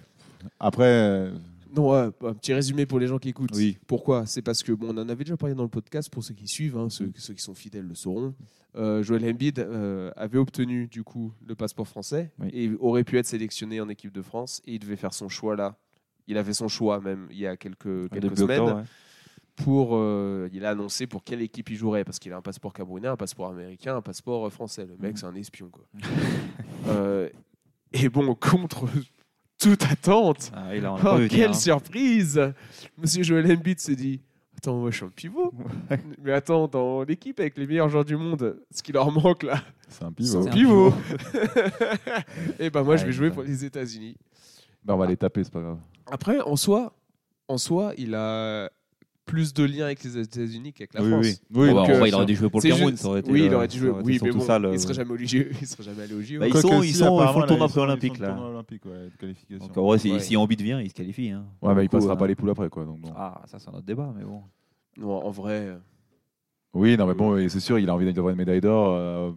Après, euh, Non, ouais, un petit résumé pour les gens qui écoutent. Oui. Pourquoi C'est parce que bon, on en avait déjà parlé dans le podcast. Pour ceux qui suivent, hein, ceux, ceux qui sont fidèles le sauront. Euh, Joel Embiid euh, avait obtenu du coup le passeport français Oui. et aurait pu être sélectionné en équipe de France. Et il devait faire son choix là. Il a fait son choix même il y a quelques, hein. quelques Début semaines. octobre, ouais. Pour, euh, il a annoncé pour quelle équipe il jouerait parce qu'il a un passeport camerounais, un passeport américain, un passeport euh, français. Le mec, Mhm. c'est un espion quoi. Euh, et bon, contre toute attente, Ah, il a Oh, pas vu venir, quelle hein. surprise Monsieur Joel Embiid se dit Attends, moi je suis un pivot. Mais attends, dans l'équipe avec les meilleurs joueurs du monde, ce qui leur manque là, c'est un c'est pivot. un pivot. Et ben moi je Ouais, vais jouer putain. pour les États-Unis. Bah, on va les taper, c'est pas grave. Après, en soi, en soi, il a plus de liens avec les États-Unis qu'avec la Oui, France. oui. Oui, Donc, bah, en euh, vrai, il aurait dû jouer pour le C'est Cameroun, juste- ça aurait été. oui, le- il aurait dû ça jouer. été Oui, surtout euh, mais bon, ça, le- il serait jamais au JO, il serait jamais allé au E. JO. Bah, Ils Quoique sont- si, ils sont- ils font le apparemment, là, tournoi ils sont- pré-olympique, ils font le là. tournoi olympique, ouais, de qualification. Donc, en vrai, si, Ouais. si Embiid vient, il se qualifie. hein. Ouais, bah, il Pour le coup, passera pas hein. les poules après, quoi. Donc, bon. Ah, ça, c'est un autre débat, mais bon. Non, en vrai, Oui, non, mais bon, et c'est sûr, il a envie d'avoir une médaille d'or. euh,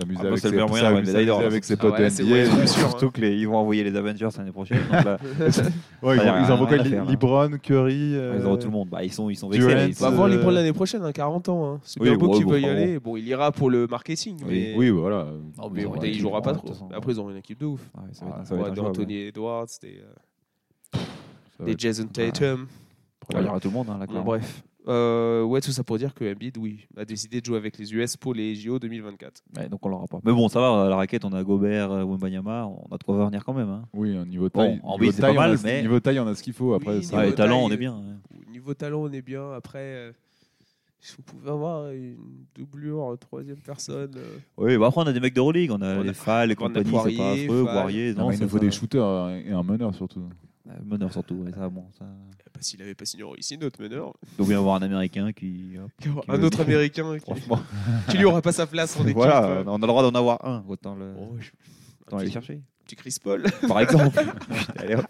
S'amuser Ah bah, avec c'est ses le meilleur moyen d'avoir une s'amuser médaille d'or, avec ça. ses Ah potes ouais, c'est- ouais, NBA. c'est sûr, Surtout qu'ils vont envoyer les Avengers l'année prochaine. donc là, Ouais, Ça Ah, y a ils- Ils rien envoient à quoi, faire, là. Li- LeBron, Curry. euh, ils auront tout le monde. Bah, ils sont, ils sont Durant, vexés. là, ils on bah, sont- va voir euh, les points de l'année prochaine, hein, 40 ans. hein. C'est Oui, bien beau ouais, qu'il bon, veut y enfin, aller. Bon, il ira pour le marketing. mais- Oh, Oui, voilà. Ah, Mais ils auront bon, il équipe, jouera pas ouais, de trop. toute façon. Après, ils auront une équipe de ouf. Ouais, ça va être- Ah, ça va ouais, être des injouable, Anthony Edwards, des, euh, Ça va des être- Jason Tatum. ouais. Ouais, Il y aura tout le monde, hein, là, Bon, clairement. bref. Euh, ouais, tout ça pour dire que Embiid, oui, a décidé de jouer avec les US pour les JO 2024. Ouais, donc on l'aura pas. Mais bon, ça va, à la raquette, on a Gobert, euh, Wembanyama, on a de quoi revenir quand même. hein. Oui, un niveau Bon, taille. en niveau oui, c'est taille, pas mal, on a- mais- Niveau taille, on a ce qu'il faut. Après, Oui, ça- Niveau Ouais, les talents, on taille, est bien. hein. Niveau talent, on est bien. Après, euh, si on pouvait avoir une doublure, euh, troisième personne. euh, Oui, bah après, on a des mecs de Euroleague, on a On a- les Fall, les on a compagnies, c'est pas Poirier, Ah, affreux, Fall. Poirier. Non, Non, mais il c'est nous faut ça. des shooters euh, et un meneur surtout. Ouais, Meneur surtout, ouais, ça, bon. Ça... bah, S'il n'avait pas signé ici, notre meneur. Donc, il va y avoir un Américain qui. hop, Un veut- autre américain qui, Franchement, qui lui aura pas sa place en équipe. euh. voilà, euh, on a le droit d'en avoir un. Autant, le... Oh, je- autant aller petit, le chercher. petit Chris Paul. Par exemple. Ah Putain, allez, hop.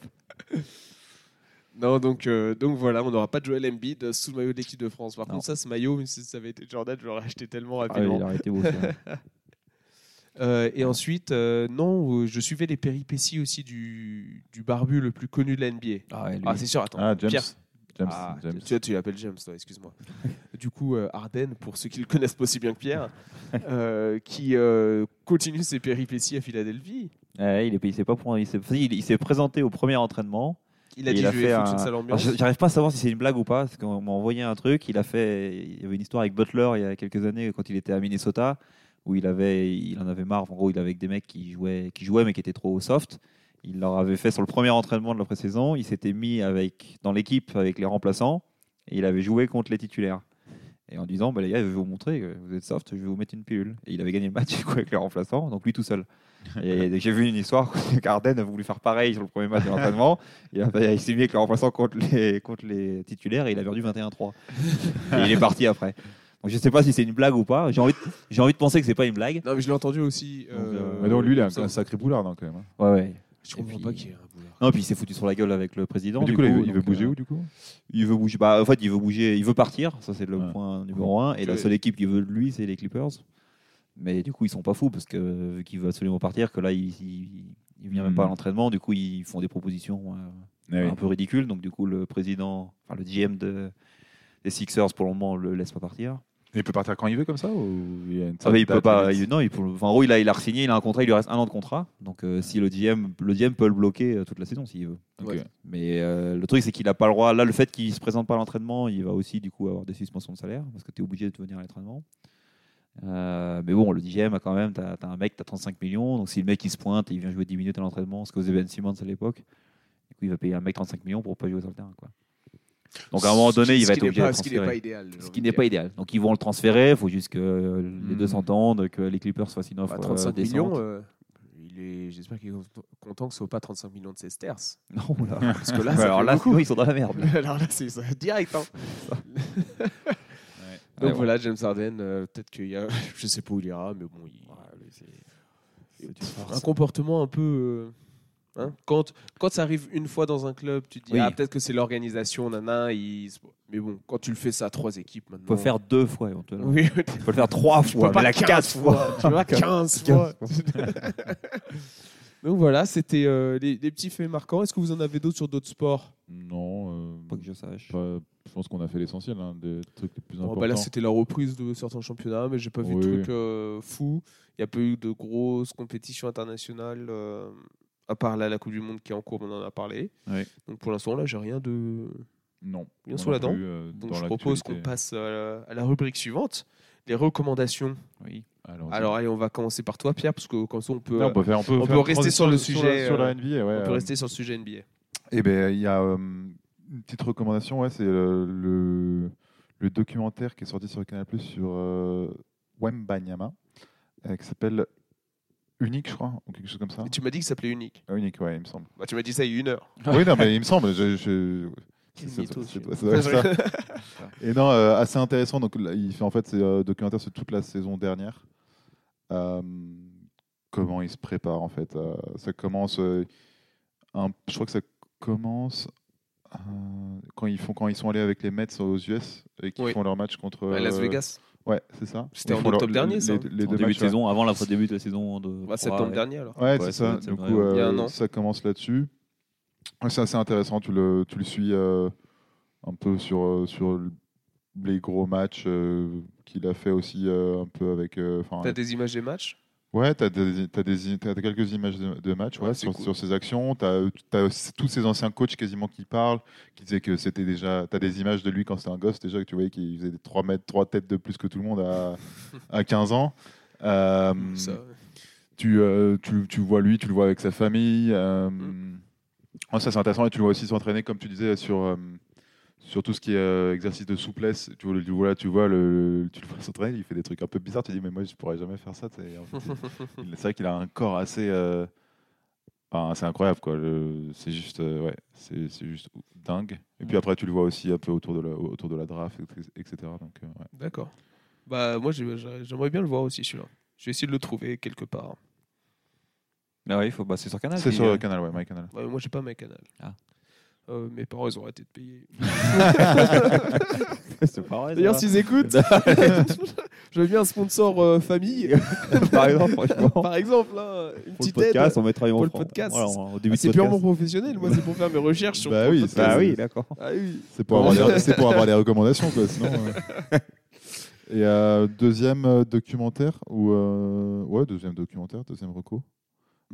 Non, donc, euh, donc voilà, on n'aura pas de Joel Embiid sous le maillot de l'équipe de France. Par Non. contre, ça, ce maillot, même si ça avait été Jordan, je l'aurais acheté tellement Ah oui, rapidement. il a arrêté beau. ça. Euh, et ensuite, euh, non, euh, je suivais les péripéties aussi du, du barbu le plus connu de la NBA. Ah, ouais, lui. Ah, c'est sûr, attends. Ah, James. Pierre. James. Ah, James. Tu, tu l'appelles James, toi, excuse-moi. du coup, euh, Arden, pour ceux qui le connaissent pas aussi bien que Pierre, euh, qui euh, continue ses péripéties à Philadelphie. Ouais, eh, il est payé, c'est pas pour un- il s'est- il- il s'est présenté au premier entraînement. Il a Et dit il a Je vais fait foutre une un- Ah, sale Alors, ambiance. je- J'arrive pas à savoir si c'est une blague ou pas, parce qu'on m'a envoyé un truc. Il a fait, il y avait une histoire avec Butler il y a quelques années quand il était à Minnesota, où il avait, il en avait marre. En gros, il avait avec des mecs qui jouaient, qui jouaient mais qui étaient trop soft. Il leur avait fait sur le premier entraînement de la pré-saison. Il s'était mis avec dans l'équipe avec les remplaçants et il avait joué contre les titulaires. Et en disant, bah, les gars, je vais vous montrer, que vous êtes soft, je vais vous mettre une pilule. Et il avait gagné le match du coup, avec les remplaçants, donc lui tout seul. Et j'ai vu une histoire où Carden a voulu faire pareil sur le premier match de l'entraînement. Il, a- il s'est mis avec le remplaçant contre les, contre les titulaires et il a perdu 21-3. Et il est parti après. Donc je sais pas si c'est une blague ou pas. J'ai envie, de- j'ai envie de penser que c'est pas une blague. Non, mais je l'ai entendu aussi. Donc, euh, Mais donc, lui, il a un, ça- un sacré boulard, non, quand même. hein. Ouais, ouais. Je comprends puis- pas qu'il y ait un boulard. Non, puis il s'est foutu sur la gueule avec le président. Mais du coup, il veut- il donc, veut bouger euh, où, du coup Il veut bouger. Bah, en fait, il veut bouger. Il veut partir. Ça, c'est le Ouais. point numéro un. Et la Ok. seule équipe qui veut de lui, c'est les Clippers. Mais du coup, ils sont pas fous parce que vu qu'il veut absolument partir, que là, il, il, il vient même Mhm. pas à l'entraînement. Du coup, ils font des propositions euh, Ah oui. un peu ridicules. Donc, du coup, le président, enfin le GM de, des Sixers, pour le moment, le laisse pas partir. Et Il peut partir quand il veut comme ça ou il, y a une Ah mais il certaine peut pas. date limite il- non, il peut- enfin, en gros, il a, il a signé, il a un contrat, il lui reste un an de contrat. Donc, euh, si le GM, le GM peut le bloquer euh, toute la saison s'il veut. Ok. Ouais. Mais euh, le truc, c'est qu'il n'a pas le droit. Là, le fait qu'il se présente pas à l'entraînement, il va aussi du coup avoir des suspensions de salaire parce que tu es obligé de venir à l'entraînement. Euh, mais bon, le DGM a quand même, t'as as un mec, t'as 35 millions, donc si le mec il se pointe et il vient jouer 10 minutes à l'entraînement, ce que faisait Ben Simmons à l'époque, du coup il va payer un mec 35 millions pour pas jouer sur le terrain. Quoi. Donc à un moment donné, il va être obligé de Ce qui n'est transférer. pas idéal. j'ai Ce envie qui de n'est pas dire. idéal. Donc ils vont le transférer, il faut juste que euh, les Hmm. deux s'entendent, que les Clippers fassent une offre Bah, euh, 35 décente. millions, euh, il est- j'espère qu'il est content que ce soit pas 35 millions de ses terces. Non, là. Parce que là, ça alors fait là, beaucoup. sinon, ils sont dans la merde. Alors là, c'est ça, direct. hein. Donc Ah Ouais, voilà, James Harden, euh, peut-être qu'il y a, je sais pas où il ira, mais bon, il, Et c'est pff, une farce. un comportement un peu. euh, hein, quand, quand ça arrive une fois dans un club, tu te dis Oui. ah, peut-être que c'est l'organisation, nana. Ils... se- Mais bon, quand tu le fais ça à trois équipes maintenant. On peut le faire deux fois éventuellement. Oui, tu On peut le faire trois peux fois, pas mais la 15 quatre fois. Tu vois, 15 fois. Donc voilà, c'était euh, les, les petits faits marquants. Est-ce que vous en avez d'autres sur d'autres sports Non, euh, Pas que je sache. pas- je pense qu'on a fait l'essentiel, hein, des trucs les plus Bon, importants. bah Là, c'était la reprise de certains championnats, mais j'ai pas vu de Oui. trucs euh, fous. Il n'y a pas eu de grosses compétitions internationales, euh, à part là, la Coupe du Monde qui est en cours, on en a parlé. Oui. Donc pour l'instant, là, j'ai rien de, non. Bien on sous l'a la dent. plus, euh, Donc dans je propose qu'on l'actualité. passe euh, à la rubrique suivante, les recommandations. Oui. Allons-y. Alors allez, on va commencer par toi Pierre, parce que comme ça on peut, Non, on peut, faire- on faire peut rester transition sur le sur la- sujet, Sur la, euh, NBA, ouais. on peut euh, rester sur le sujet NBA. Eh ben, il y a euh, une petite recommandation, ouais, c'est euh, le, le documentaire qui est sorti sur Canal sur euh, Wembanyama, euh, qui s'appelle Unique, je crois, ou quelque chose comme ça. Et tu m'as dit que ça s'appelait Unique. Ah, Unique, ouais, il me semble. Bah, tu m'as dit ça il y a une heure. oui, non, mais il me semble. Je, je- Quel c'est- mytho, c'est- celui-là. ça doit être ça. Et non, euh, assez intéressant. Donc, là, il fait en fait c'est euh, documentaire sur toute la saison dernière. Euh, comment il se prépare en fait. euh, ça commence. euh, un- je crois que ça commence euh, quand ils font quand ils sont allés avec les Mets aux US et qu'ils Oui. font leur match contre À Las euh, Vegas, Ouais, c'est ça. C'était Ils en font leur- octobre dernier, les- ça, les- hein. les En deux début matchs, de ouais. saison, avant la début de la saison de Bah, trois, septembre ouais. dernier alors. Ouais, Ouais, c'est ça doit ça. être Du vrai, coup, ouais. Il y a un euh, an. ça commence là-dessus. Ouais, C'est assez intéressant. Tu le, tu le suis euh, un peu sur, euh, sur l- les gros matchs euh, qu'il a fait aussi euh, un peu avec. euh, enfin, T'as des images des matchs ouais, tu as, quelques images de, de matchs Ouais, ouais, c'est sur, cool. sur ses actions. Tu as tous ses anciens coachs quasiment qui parlent, qui disaient que c'était déjà. Tu as des images de lui quand c'était un gosse, déjà que tu voyais qu'il faisait 3 mètres, 3 têtes de plus que tout le monde à, à 15 ans. Euh, Ça, tu, euh, tu, tu vois lui, tu le vois avec sa famille. euh, Mm. ouais, ça, c'est intéressant. Et tu le vois aussi s'entraîner, comme tu disais, sur, euh, sur tout ce qui est euh, exercice de souplesse. Tu, vois- tu vois, là, tu vois, le, tu le vois s'entraîner, il fait des trucs un peu bizarres. Tu dis, mais moi, je pourrais jamais faire ça. tu sais. En fait, il- il- c'est vrai qu'il a un corps assez. euh, enfin, c'est incroyable, quoi. Le- C'est juste, euh, ouais, c'est c'est juste dingue. Et Mm. puis après, tu le vois aussi un peu autour de la, autour de la draft, etc. Donc, euh, ouais. D'accord. Bah moi j'ai- j'ai- j'aimerais bien le voir aussi celui-là. Je vais essayer de le trouver quelque part. Ah oui, faut- bah, c'est sur Canal. C'est puis, sur euh, le canal, ouais, My Canal. Ouais, moi j'ai pas ma canal. Ah. Euh, mes parents ils ont arrêté de payer. C'est pas vrai. D'ailleurs ça. s'ils écoutent, je veux bien un sponsor euh, famille par exemple, franchement, pour par exemple là, une le petite aide. podcast, on mettra une Pour le offre en- podcast. voilà, en- au début Ah, de c'est purement podcast. professionnel, moi c'est pour faire mes recherches sur Bah mon oui, podcast. ça- Bah oui, d'accord. Ah oui. C'est pour, avoir des- c'est pour avoir des recommandations, quoi, sinon. euh. Et euh, deuxième euh, documentaire, ou. euh, Ouais, deuxième documentaire, deuxième reco.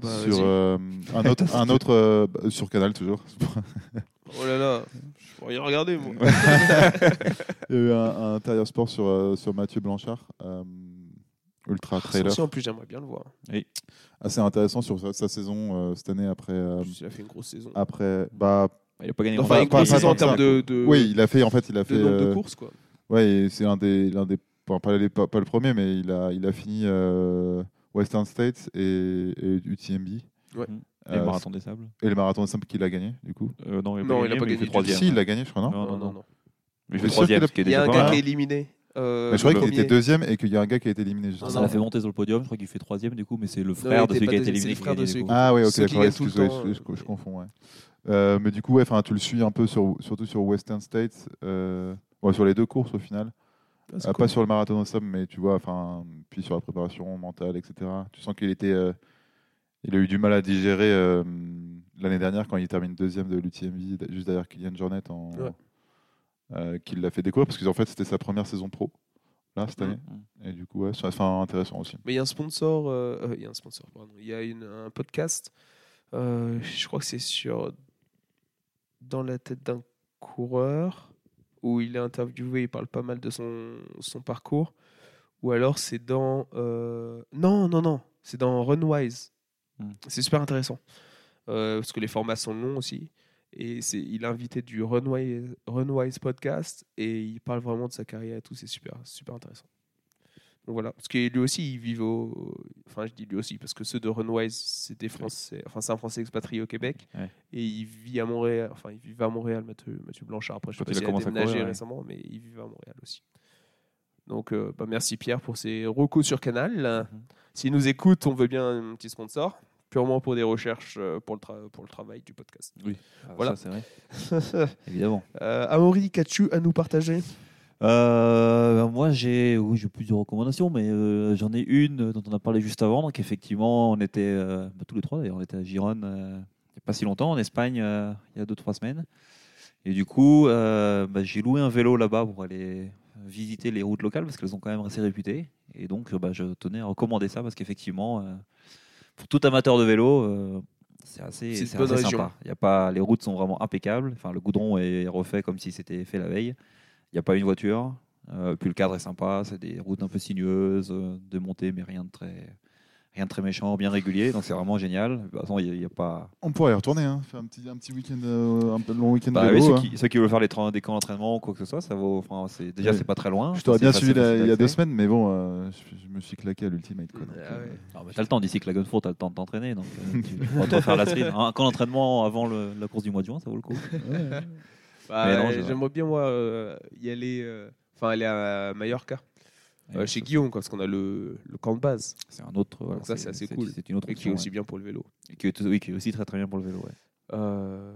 Bah, sur euh, un autre, un autre euh, bah, sur Canal, toujours. Oh là là, je pourrais y regarder moi. Il y a eu un, euh, un intérieur sport sur, euh, sur Mathieu Blanchard, euh, Ah, Ultra Trailer. Aussi, en plus j'aimerais bien le voir. Assez intéressant sur sa, sa saison euh, cette année après. euh, Il a fait une grosse saison. après bah, Il a pas gagné Enfin, pas- une pas- grosse pas saison en tant que termes ça. de, de, oui, il a fait. En fait, il a de fait. nombre de euh, courses quoi. Ouais, et c'est l'un des, l'un des, enfin, pas, les- pas- pas le premier, mais il a, il a fini euh, Western States et, et UTMB. Ouais. Euh, Et le marathon des sables et le marathon de simple qu'il a gagné, du coup. Euh, Non, Non, il a pas mais gagné du fait tout. troisième. Si, il l'a gagné, je crois, non, Non, non, non. Mais il Mais fait sûr troisième, qu'il a- ce qui est Il y déjà a un pas gars mal. qui est éliminé. euh, hein. Mais Je croyais premier. qu'il était deuxième et qu'il y a un gars qui a été éliminé juste Non, Ah, Ça avant. l'a fait monter sur le podium, je crois qu'il fait troisième du coup, mais c'est le il frère de était celui pas qui a été deuxième, c'est éliminé. le frère qui a de gagné, celui du coup. Ah oui, ok, Ceux qui d'accord, gagnent tout le excuse, ouais, temps, je, euh, je- je confonds, ouais. Euh, mais du coup, ouais, enfin, tu le suis un peu, sur, surtout sur Western States, euh, ouais, sur les deux courses au final. Ah, c'est Euh, cool. Pas sur le marathon de Somme, mais tu vois, enfin, puis sur la préparation mentale, etc. Tu sens qu'il était, euh, il a eu du mal à digérer euh, l'année dernière quand il termine deuxième de l'UTMV, d- juste derrière Kylian Jornet, en, Ouais. euh, qui l'a fait découvrir parce qu'en fait c'était sa première saison pro là cette année. Et du coup, ouais, ça- enfin intéressant aussi. Mais il y a un sponsor, euh, euh, il y a un sponsor, pardon. Il y a une- un podcast, euh, je crois que c'est sur Dans la tête d'un coureur, où il est interviewé, il parle pas mal de son, son parcours, Ou alors c'est dans. euh, Non, non, non. C'est dans Runwise. Hmm. C'est super intéressant. Euh, parce que les formats sont longs aussi. Et c'est, il a invité du Runwise, Runwise podcast. Et il parle vraiment de sa carrière et tout. C'est super, super intéressant. Donc voilà. Parce que lui aussi, il vit au. Enfin, je dis lui aussi, parce que ceux de Runwise, c'est des Français. Enfin, c'est un Français expatrié au Québec. Ouais. Et il vit à Montréal. Enfin, il vivait à Montréal, Mathieu, Mathieu Blanchard. Après, je sais Quand pas il a s'il a commencé à déménagé courir, ouais. récemment, mais il vivait à Montréal aussi. Donc, euh, bah, merci Pierre pour ces recos sur Canal. Mhm. S'il nous écoute, on veut bien un petit sponsor, purement pour des recherches euh, pour le, tra- pour le travail du podcast. Voilà. c'est vrai. Évidemment. Euh, Amaury, qu'as-tu à nous partager Euh, ben moi, j'ai oui, j'ai plusieurs recommandations, mais euh, j'en ai une dont on a parlé juste avant. Donc, effectivement, on était euh, bah, tous les trois d'ailleurs, on était à Gironne euh, il n'y a pas si longtemps, en Espagne, euh, il y a 2-3 semaines. Et du coup, euh, bah, j'ai loué un vélo là-bas pour aller visiter les routes locales parce qu'elles sont quand même assez réputées. Et donc, euh, bah, je tenais à recommander ça parce qu'effectivement, euh, pour tout amateur de vélo, euh, c'est assez, C'est une c'est bonne assez région. sympa. Il Y a pas, les routes sont vraiment impeccables. Enfin, le goudron est refait comme si c'était fait la veille. Il n'y a pas une voiture. Euh, puis le cadre est sympa. C'est des routes un peu sinueuses, euh, de montée, mais rien de très, rien de très méchant, bien régulier. Donc c'est vraiment génial. De toute façon, il n'y a, pas. On pourrait y retourner, hein, faire un petit, un petit week-end, euh, un peu long week-end Bah, oui, vélo. ceux, hein. qui, ceux qui veulent faire les tra- des camps d'entraînement ou quoi que ce soit, ça vaut. Enfin, c'est, déjà, Oui. c'est pas très loin. Je t'aurais bien C'est suivi facile- la- il y a deux facile semaines, mais bon, euh, je, je me suis claqué à l'ultimate. Quoi, donc, euh, d'accès. Ah, bah, t'as le temps d'ici que la Gunford, t'as le temps de t'entraîner. Donc euh, tu, tu pourras te refaire la série. Un camp d'entraînement avant le- la course du mois de juin, ça vaut le coup. Bah, Mais non, euh, c'est vrai. J'aimerais bien, moi, euh, y aller. euh, Enfin, aller à Mallorca, euh, chez Guillaume, quoi, parce qu'on a le, le camp de base, C'est un autre. voilà, Donc ça, c'est assez cool. C'est une autre et qui est option, aussi bien pour le vélo. ouais. Et qui est- oui, qui est aussi très très bien pour le vélo. ouais. Euh,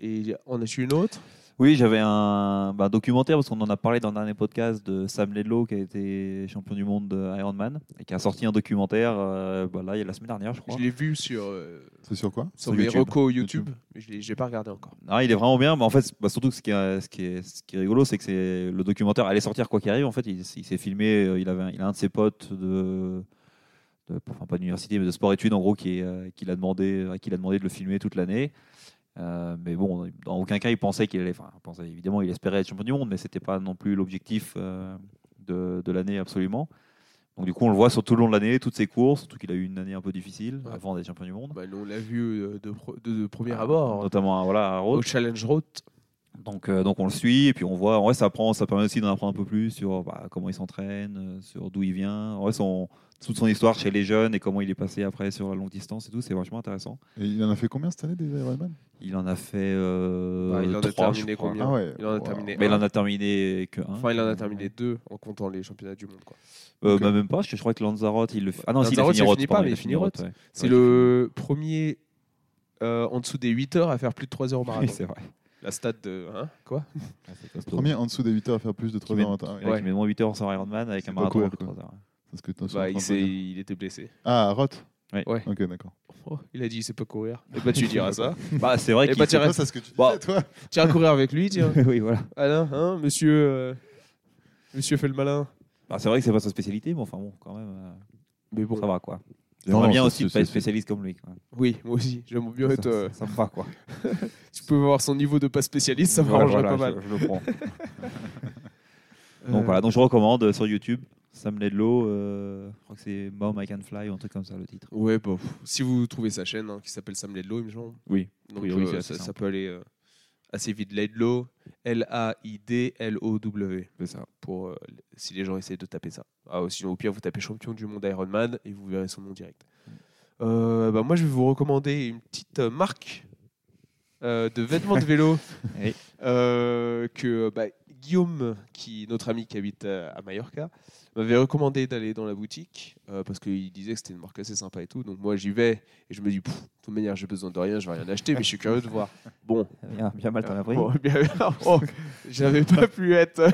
et on a su une autre. Oui, j'avais un bah, documentaire parce qu'on en a parlé dans le dernier podcast de Sam Ledlow qui a été champion du monde de Ironman et qui a sorti un documentaire euh, bah, là il y a la semaine dernière, je crois. Je l'ai vu sur, euh, C'est sur quoi sur Sur mes YouTube. recos YouTube, mais je l'ai j'ai pas regardé encore. Ah, il est vraiment bien, mais en fait, bah, surtout que ce qui est, ce qui est, ce qui est rigolo, c'est que c'est le documentaire allait sortir quoi qu'il arrive. En fait, il, il s'est filmé, euh, il, avait, un- il a un de ses potes de, de- enfin pas d'université, mais de sport-études en gros, qui, est, euh, qui l'a demandé, à qui il a demandé de le filmer toute l'année. Euh, mais bon, dans aucun cas, il pensait qu'il allait, enfin, il pensait, évidemment, il espérait être champion du monde, mais c'était pas non plus l'objectif euh, de, de l'année absolument. Donc du coup, on le voit sur tout le long de l'année, toutes ses courses, surtout qu'il a eu une année un peu difficile Ouais. avant d'être champion du monde. Bah, nous, on l'a vu euh, de, pro- de- de Ah, premier abord, notamment voilà, à Rhodes. au Challenge Road. Donc, euh, donc on le suit et puis on voit. En vrai, ça, apprend, ça permet aussi d'en apprendre un peu plus sur bah, comment il s'entraîne, euh, sur d'où il vient. En vrai, son, toute son histoire chez les jeunes et comment il est passé après sur la longue distance et tout, c'est vachement intéressant. Et il en a fait combien cette année des Ironman Il en a fait. euh, Bah, il en a trois, terminé je crois. combien Ah ouais. Il en a wow. terminé. Mais il un. en a terminé que un. Enfin, il en a terminé deux en comptant les championnats du monde. quoi. Euh, Ok. bah, même pas. parce que Je crois que Lanzarote, il le. fait- Ah non, si, il a Lanzarote, fini il Roth. finit pas, pardon, mais il a il finit Roth, ouais. C'est Ouais, le premier euh, en dessous des 8 heures à faire plus de 3 heures au il a marathon. fini. Oui, c'est vrai. La stat de. Hein, quoi Ah, c'est costaud. Premier en dessous des 8 heures à faire plus de 3 met- heures. Attends, Il y en a Ouais. qui met moins 8 heures sur Ironman avec C'est un pas marathon cool, en plus de quoi. 3 heures. parce que t'es en bah, train de il, s'est- dire. il était blessé. Ah, Roth Ouais. Ouais. Ok, d'accord. Oh, il a dit il sait pas courir. Et bah, tu diras ça. Bah, c'est vrai Et qu'il. bah, fait- tiens, Toi, c'est ce que tu disais, Bah. toi tiens, courir avec lui, tiens. oui, voilà. Alain, hein, monsieur. euh, Monsieur fait le malin. Bah, c'est vrai que c'est pas sa spécialité, mais enfin bon, quand même. euh, Mais bon, Ça va quoi. Non, J'aimerais non, bien ça, aussi c'est- pas être c'est- spécialiste comme lui. quoi. oui, moi aussi. J'aimerais bien Ça, être. euh, ça- ça me va quoi. tu peux avoir son niveau de pas spécialiste, ça Voilà, m'arrangerait pas voilà, mal. Je, je le prends. Euh, Donc voilà, donc je recommande euh, sur YouTube Sam Ledlow, euh, je crois que c'est Mom I Can Fly ou un truc comme ça le titre. Ouais, bah, pff, si vous trouvez sa chaîne hein, qui s'appelle Sam Ledlow, il me semble. Oui, Donc priori, euh, c'est assez ça, ça simple. peut aller euh, assez vite. Ledlow, L-A-I-D-L-O-W. c'est ça. E. Pour, euh, si les gens essayent de taper ça. Ah, ou sinon, au pire, vous tapez champion du monde Ironman et vous verrez son nom direct. Mm. Euh, bah, moi, je vais vous recommander une petite euh, marque euh, de vêtements de vélo Oui. euh, que bah, Guillaume, qui, notre ami qui habite euh, à, à Mallorca, m'avait recommandé d'aller dans la boutique euh, parce qu'il disait que c'était une marque assez sympa et tout. Donc moi, j'y vais et je me dis, Pff, de toute manière, j'ai besoin de rien, je vais rien acheter, mais je suis curieux de voir. Bon, Bien, bien mal t'en as pris. Bon, bien, oh, j'avais pas pu être euh,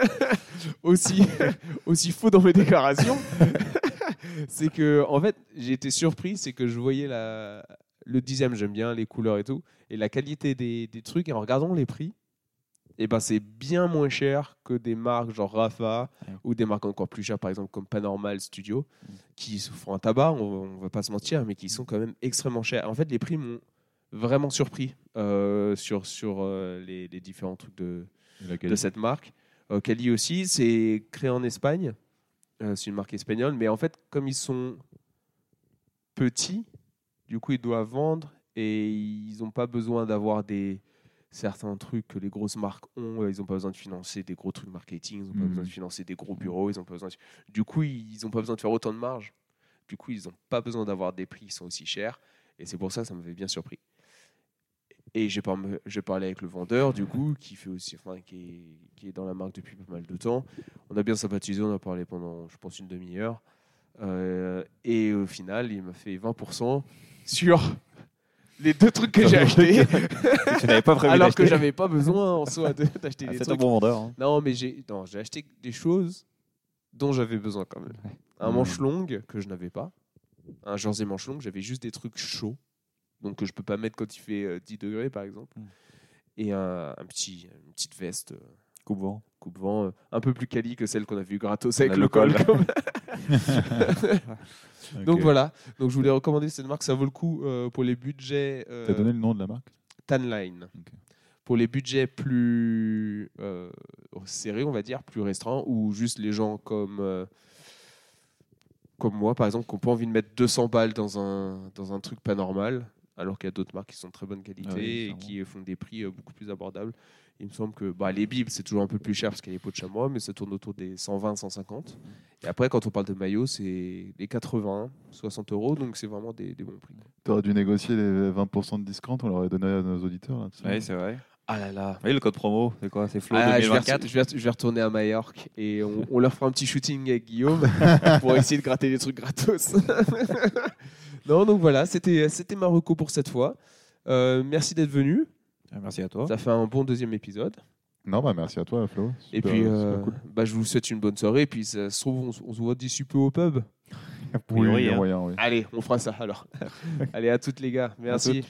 aussi, aussi faux dans mes déclarations. c'est que, en fait, j'ai été surpris, c'est que je voyais la, le dixième, j'aime bien les couleurs et tout, et la qualité des, des trucs, et en regardant les prix, et ben c'est bien moins cher que des marques genre Rafa Ouais. ou des marques encore plus chères, par exemple comme Panormal Studio, Mm. qui se font un tabac, on, on va pas se mentir, mais qui sont quand même extrêmement chères. En fait, les prix m'ont vraiment surpris euh, sur, sur euh, les, les différents trucs de, de cette marque. Euh, Cali aussi, c'est créé en Espagne. Euh, c'est une marque espagnole, mais en fait, comme ils sont petits, du coup, ils doivent vendre et ils n'ont pas besoin d'avoir des certains trucs que les grosses marques ont. Euh, Ils n'ont pas besoin de financer des gros trucs marketing, ils n'ont pas Mhm. besoin de financer des gros bureaux, ils n'ont pas besoin. de- Du coup, ils n'ont pas besoin de faire autant de marge. Du coup, ils n'ont pas besoin d'avoir des prix qui sont aussi chers. Et c'est pour ça que ça m'avait bien surpris. Et j'ai par- j'ai parlé avec le vendeur, du coup, qui, fait aussi, enfin, qui, est, qui est dans la marque depuis pas mal de temps. On a bien sympathisé, on a parlé pendant, je pense, une demi-heure. Euh, et au final, il m'a fait 20% sur les deux trucs que j'ai achetés, Tu n'avais pas prévu alors que d'acheter. j'avais pas besoin en soi de- d'acheter Ah, des C'est un trucs. bon vendeur. hein. Non, mais j'ai non, j'ai acheté des choses dont j'avais besoin quand même. Un Mhm. manche longue que je n'avais pas, un jersey manche longue, j'avais juste des trucs chauds, donc que je peux pas mettre quand il fait euh, 10 degrés par exemple, Mhm. et un, un petit, une petite veste euh, Coupe-vent. coupe-vent euh, un peu plus quali que celle qu'on a vue gratos avec Là, le, le col. col. quand même. donc voilà, donc je voulais recommander cette marque, ça vaut le coup euh, pour les budgets. euh, T'as donné le nom de la marque Tanline. Ok. Pour les budgets plus euh, serrés, on va dire, plus restreints, ou juste les gens comme, euh, comme moi, par exemple, qui n'ont pas envie de mettre 200 balles dans un, dans un truc pas normal, alors qu'il y a d'autres marques qui sont de très bonne qualité Ah oui, et clairement. qui font des prix euh, beaucoup plus abordables. Il me semble que bah, les bibles, c'est toujours un peu plus cher parce qu'il y a les pots de chamois, mais ça tourne autour des 120, 150. Et après, quand on parle de maillots, c'est les 80, 60 euros, donc c'est vraiment des, des bons prix. T'aurais dû négocier les 20% de discount, on l'aurait donné à nos auditeurs. Là, tu sais. Oui, c'est vrai. Ah là là, Oui, le code promo, c'est quoi C'est Flow Ah, je, vais, 2024. je vais- je vais retourner à Majorque et on, on leur fera un petit shooting avec Guillaume pour essayer de gratter des trucs gratos. non, donc voilà, c'était c'était ma reco pour cette fois. Euh, merci d'être venu. Ah, Merci à toi. Ça fait un bon deuxième épisode. Non, bah merci à toi, Flo. Et Super- puis, super euh, cool. bah, je vous souhaite une bonne soirée. Et puis, ça se trouve, on, se- on se voit d'ici peu au pub. priori, Oui, il y a hein. moyen, oui. Allez, on fera ça alors. Allez, à toutes les gars. Merci.